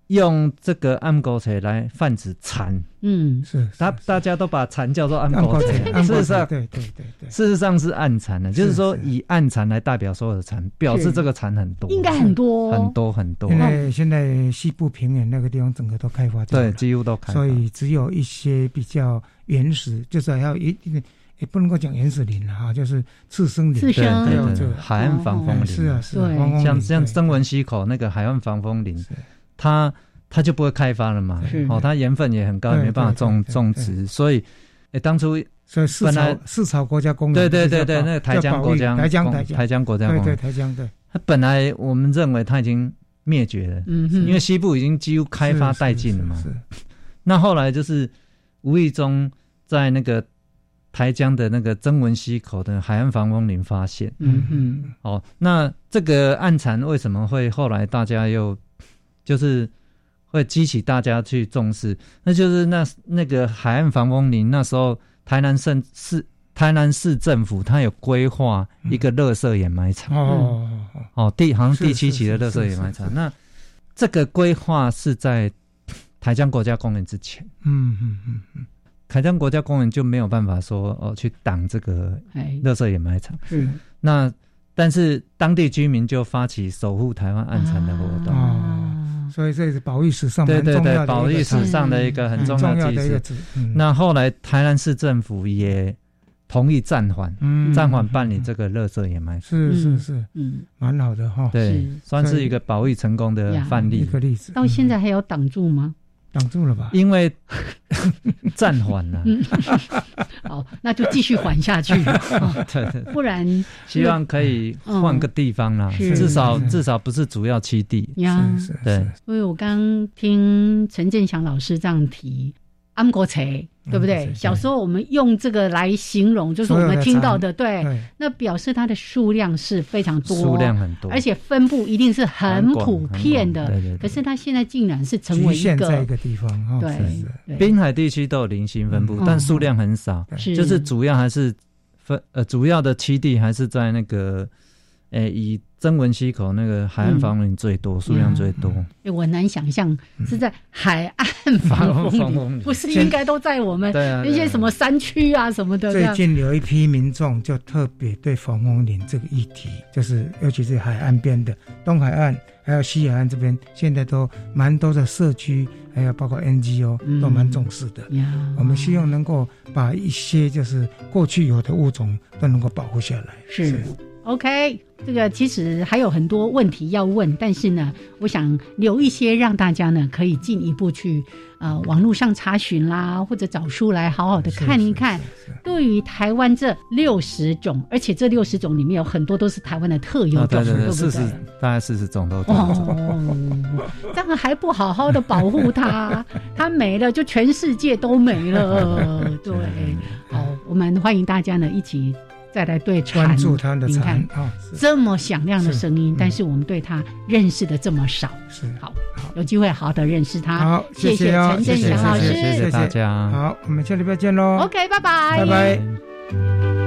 [SPEAKER 6] 用这个暗沟菜来泛指蚕，
[SPEAKER 2] 嗯，
[SPEAKER 1] 是
[SPEAKER 6] 大大家都把蚕叫做暗沟菜
[SPEAKER 1] 暗沟菜，
[SPEAKER 6] 事实上，
[SPEAKER 1] 暗沟菜对对对对
[SPEAKER 6] 事实上是暗蚕的，就是说
[SPEAKER 1] 是
[SPEAKER 6] 以暗蚕来代表所有的蚕，表示这个蚕很多，
[SPEAKER 2] 应该很多
[SPEAKER 6] 很多很多，
[SPEAKER 1] 因为现在西部平原那个地方整个都开发掉了
[SPEAKER 6] 对，，几乎都看到，
[SPEAKER 1] 所以只有一些比较原始，就是要一定的，也不能够讲原始林了哈，就是次生林，
[SPEAKER 2] 次生哦
[SPEAKER 1] 还
[SPEAKER 6] 对
[SPEAKER 1] 有
[SPEAKER 6] 对
[SPEAKER 1] 这
[SPEAKER 6] 对
[SPEAKER 1] 个
[SPEAKER 6] 海岸防风林
[SPEAKER 1] 哎是啊是啊，
[SPEAKER 2] 对
[SPEAKER 1] 防风林
[SPEAKER 6] 像像曾文溪口那个海岸防风林，它它就不会开发了嘛
[SPEAKER 1] 是，
[SPEAKER 6] 哦，它盐分也很高，
[SPEAKER 1] 对
[SPEAKER 6] 也没办法种
[SPEAKER 1] 对对
[SPEAKER 6] 种
[SPEAKER 1] 对
[SPEAKER 6] 植，所以，哎，当初
[SPEAKER 1] 所以四
[SPEAKER 6] 本来
[SPEAKER 1] 朝四朝国家公园
[SPEAKER 6] 对
[SPEAKER 1] 就
[SPEAKER 6] 对
[SPEAKER 1] 是
[SPEAKER 6] 对
[SPEAKER 1] 要
[SPEAKER 6] 对，
[SPEAKER 1] 保
[SPEAKER 6] 那个台
[SPEAKER 1] 要
[SPEAKER 6] 江
[SPEAKER 1] 保
[SPEAKER 6] 国
[SPEAKER 1] 育
[SPEAKER 6] 家
[SPEAKER 1] 台江
[SPEAKER 6] 公
[SPEAKER 1] 台江
[SPEAKER 6] 台江国家
[SPEAKER 1] 对
[SPEAKER 6] 公
[SPEAKER 1] 对
[SPEAKER 6] 园，
[SPEAKER 1] 台江对，
[SPEAKER 6] 它本来我们认为它已经灭绝了，
[SPEAKER 2] 嗯哼
[SPEAKER 6] 因为西部已经几乎开发殆尽了嘛，那后来就是无意中在那个台江的那个曾文溪口的海岸防风林发现，
[SPEAKER 2] 嗯嗯，
[SPEAKER 6] 哦，那这个暗蚕为什么会后来大家又就是会激起大家去重视？那就是那那个海岸防风林那时候台南县市台南市政府它有规划一个垃圾掩埋场、
[SPEAKER 1] 哦
[SPEAKER 6] 哦，第好像第
[SPEAKER 1] 是
[SPEAKER 6] 七
[SPEAKER 1] 是
[SPEAKER 6] 期的
[SPEAKER 1] 是
[SPEAKER 6] 垃圾
[SPEAKER 1] 是
[SPEAKER 6] 掩埋
[SPEAKER 1] 是
[SPEAKER 6] 场，
[SPEAKER 1] 是
[SPEAKER 6] 那这个规划是在台江国家公园之前。
[SPEAKER 1] 嗯嗯嗯嗯，
[SPEAKER 6] 台江国家公园就没有办法说哦去挡这个
[SPEAKER 2] 哎
[SPEAKER 6] 垃圾掩埋场。
[SPEAKER 2] 是
[SPEAKER 6] 那但是当地居民就发起守护台湾暗产的活动。
[SPEAKER 2] 啊
[SPEAKER 1] 所以这是保育史上
[SPEAKER 6] 嗯对
[SPEAKER 1] 蛮
[SPEAKER 6] 对
[SPEAKER 1] 哦重要的
[SPEAKER 6] 对，保
[SPEAKER 1] 一
[SPEAKER 6] 育
[SPEAKER 1] 个
[SPEAKER 6] 史
[SPEAKER 1] 产
[SPEAKER 6] 上的一个很重要
[SPEAKER 1] 很重要
[SPEAKER 6] 技
[SPEAKER 1] 的一个
[SPEAKER 6] 术
[SPEAKER 1] 指。嗯
[SPEAKER 6] 那后来台南市政府也同意暂缓，
[SPEAKER 1] 嗯
[SPEAKER 6] 暂缓办理这个垃圾掩埋场。
[SPEAKER 1] 是是是，
[SPEAKER 2] 嗯，
[SPEAKER 1] 蛮好的哈，
[SPEAKER 6] 对，算
[SPEAKER 1] 所
[SPEAKER 6] 是
[SPEAKER 1] 以
[SPEAKER 6] 一个保育成功的
[SPEAKER 2] 呀
[SPEAKER 6] 范例
[SPEAKER 1] 一。个例子，嗯
[SPEAKER 2] 到现在还有挡住吗？
[SPEAKER 1] 挡住了吧？
[SPEAKER 6] 因为 [LAUGHS] 暂缓啊了，
[SPEAKER 2] 嗯，好，哦那就继续缓下
[SPEAKER 1] [LAUGHS]
[SPEAKER 2] 去，哦
[SPEAKER 6] 对对对
[SPEAKER 2] 不然
[SPEAKER 6] 希望可以换个地方啦，
[SPEAKER 2] 嗯是
[SPEAKER 6] 至少
[SPEAKER 2] 是
[SPEAKER 6] 至少不是主要基地。
[SPEAKER 2] 呀，
[SPEAKER 6] 对，
[SPEAKER 2] 所以我刚听陈振祥老师这样提安国贼，对不
[SPEAKER 1] 安
[SPEAKER 2] 对？
[SPEAKER 1] 国贼
[SPEAKER 2] 小时候我们用这个来形容，就是我
[SPEAKER 1] 所有
[SPEAKER 2] 们
[SPEAKER 1] 的
[SPEAKER 2] 听到的，
[SPEAKER 1] 蚕
[SPEAKER 2] 对
[SPEAKER 1] 对，
[SPEAKER 2] 那表示它的数量是非常多，
[SPEAKER 6] 数量很多
[SPEAKER 2] 而且分布一定是很
[SPEAKER 6] 很广
[SPEAKER 2] 普遍
[SPEAKER 6] 很
[SPEAKER 2] 的
[SPEAKER 6] 广对对对。
[SPEAKER 2] 可是它现在竟然是成
[SPEAKER 1] 局
[SPEAKER 2] 为一
[SPEAKER 1] 限在一
[SPEAKER 2] 个
[SPEAKER 1] 个地方哈，
[SPEAKER 2] 对
[SPEAKER 1] 是是
[SPEAKER 2] 对
[SPEAKER 6] 滨海地区都有零星分布，
[SPEAKER 2] 嗯
[SPEAKER 6] 但数量很少，
[SPEAKER 2] 是
[SPEAKER 6] 就是主要还是分呃主要的栖地还是在那个，诶、以曾文溪口那个海岸防林最多，数、量最多。
[SPEAKER 2] 哎我很难想象
[SPEAKER 1] 嗯
[SPEAKER 2] 是在海岸 [LAUGHS] 防
[SPEAKER 6] 防
[SPEAKER 2] 风
[SPEAKER 6] 风
[SPEAKER 2] 里，
[SPEAKER 6] 里
[SPEAKER 2] 不是
[SPEAKER 1] 现
[SPEAKER 2] 应该都在我们
[SPEAKER 1] 对啊对
[SPEAKER 2] 那
[SPEAKER 1] 啊
[SPEAKER 2] 些什么山区啊什么的这
[SPEAKER 1] 最
[SPEAKER 2] 样。
[SPEAKER 1] 近有一批民众就特别对防风林这个议题，就是尤其是海岸边的东海岸还有西海岸这边，现在都蛮多的社区，还有包括 NGO
[SPEAKER 2] 嗯
[SPEAKER 1] 都蛮重视的。
[SPEAKER 2] 呀
[SPEAKER 1] 我们希望能够把一些就是过去有的物种都能够保护下来。
[SPEAKER 2] 是 OK，这个其实还有很多问题要问，但是呢，我想留一些让大家呢可以进一步去呃网络上查询啦，或者找书来好好的哦看一看。对于台湾这六十种，而且这六十种里面有很多都是台湾的特有
[SPEAKER 6] 啊，
[SPEAKER 2] 种，
[SPEAKER 6] 对对
[SPEAKER 2] 不
[SPEAKER 6] 对，四十
[SPEAKER 2] 对？
[SPEAKER 6] 大概四十种都有。
[SPEAKER 2] 哦，这样还不好好的保护它，它没了就全世界都没
[SPEAKER 6] [LAUGHS]
[SPEAKER 2] 了。对，好，我们欢迎大家呢一起再来对蝉
[SPEAKER 1] 关注它的
[SPEAKER 2] 你
[SPEAKER 1] 产
[SPEAKER 2] 看
[SPEAKER 1] 啊，是
[SPEAKER 2] 这么响亮的声音，
[SPEAKER 1] 是嗯
[SPEAKER 2] 但是我们对它认识的这么少。
[SPEAKER 1] 是
[SPEAKER 2] 好，有机会好好的认识它。
[SPEAKER 1] 好，
[SPEAKER 2] 谢
[SPEAKER 1] 谢哦，
[SPEAKER 2] 陈振
[SPEAKER 1] 谢
[SPEAKER 2] 祥老师。哦
[SPEAKER 6] 谢谢大家嗯
[SPEAKER 1] 好，我们下礼拜见喽。
[SPEAKER 2] OK，拜拜，
[SPEAKER 1] 拜拜。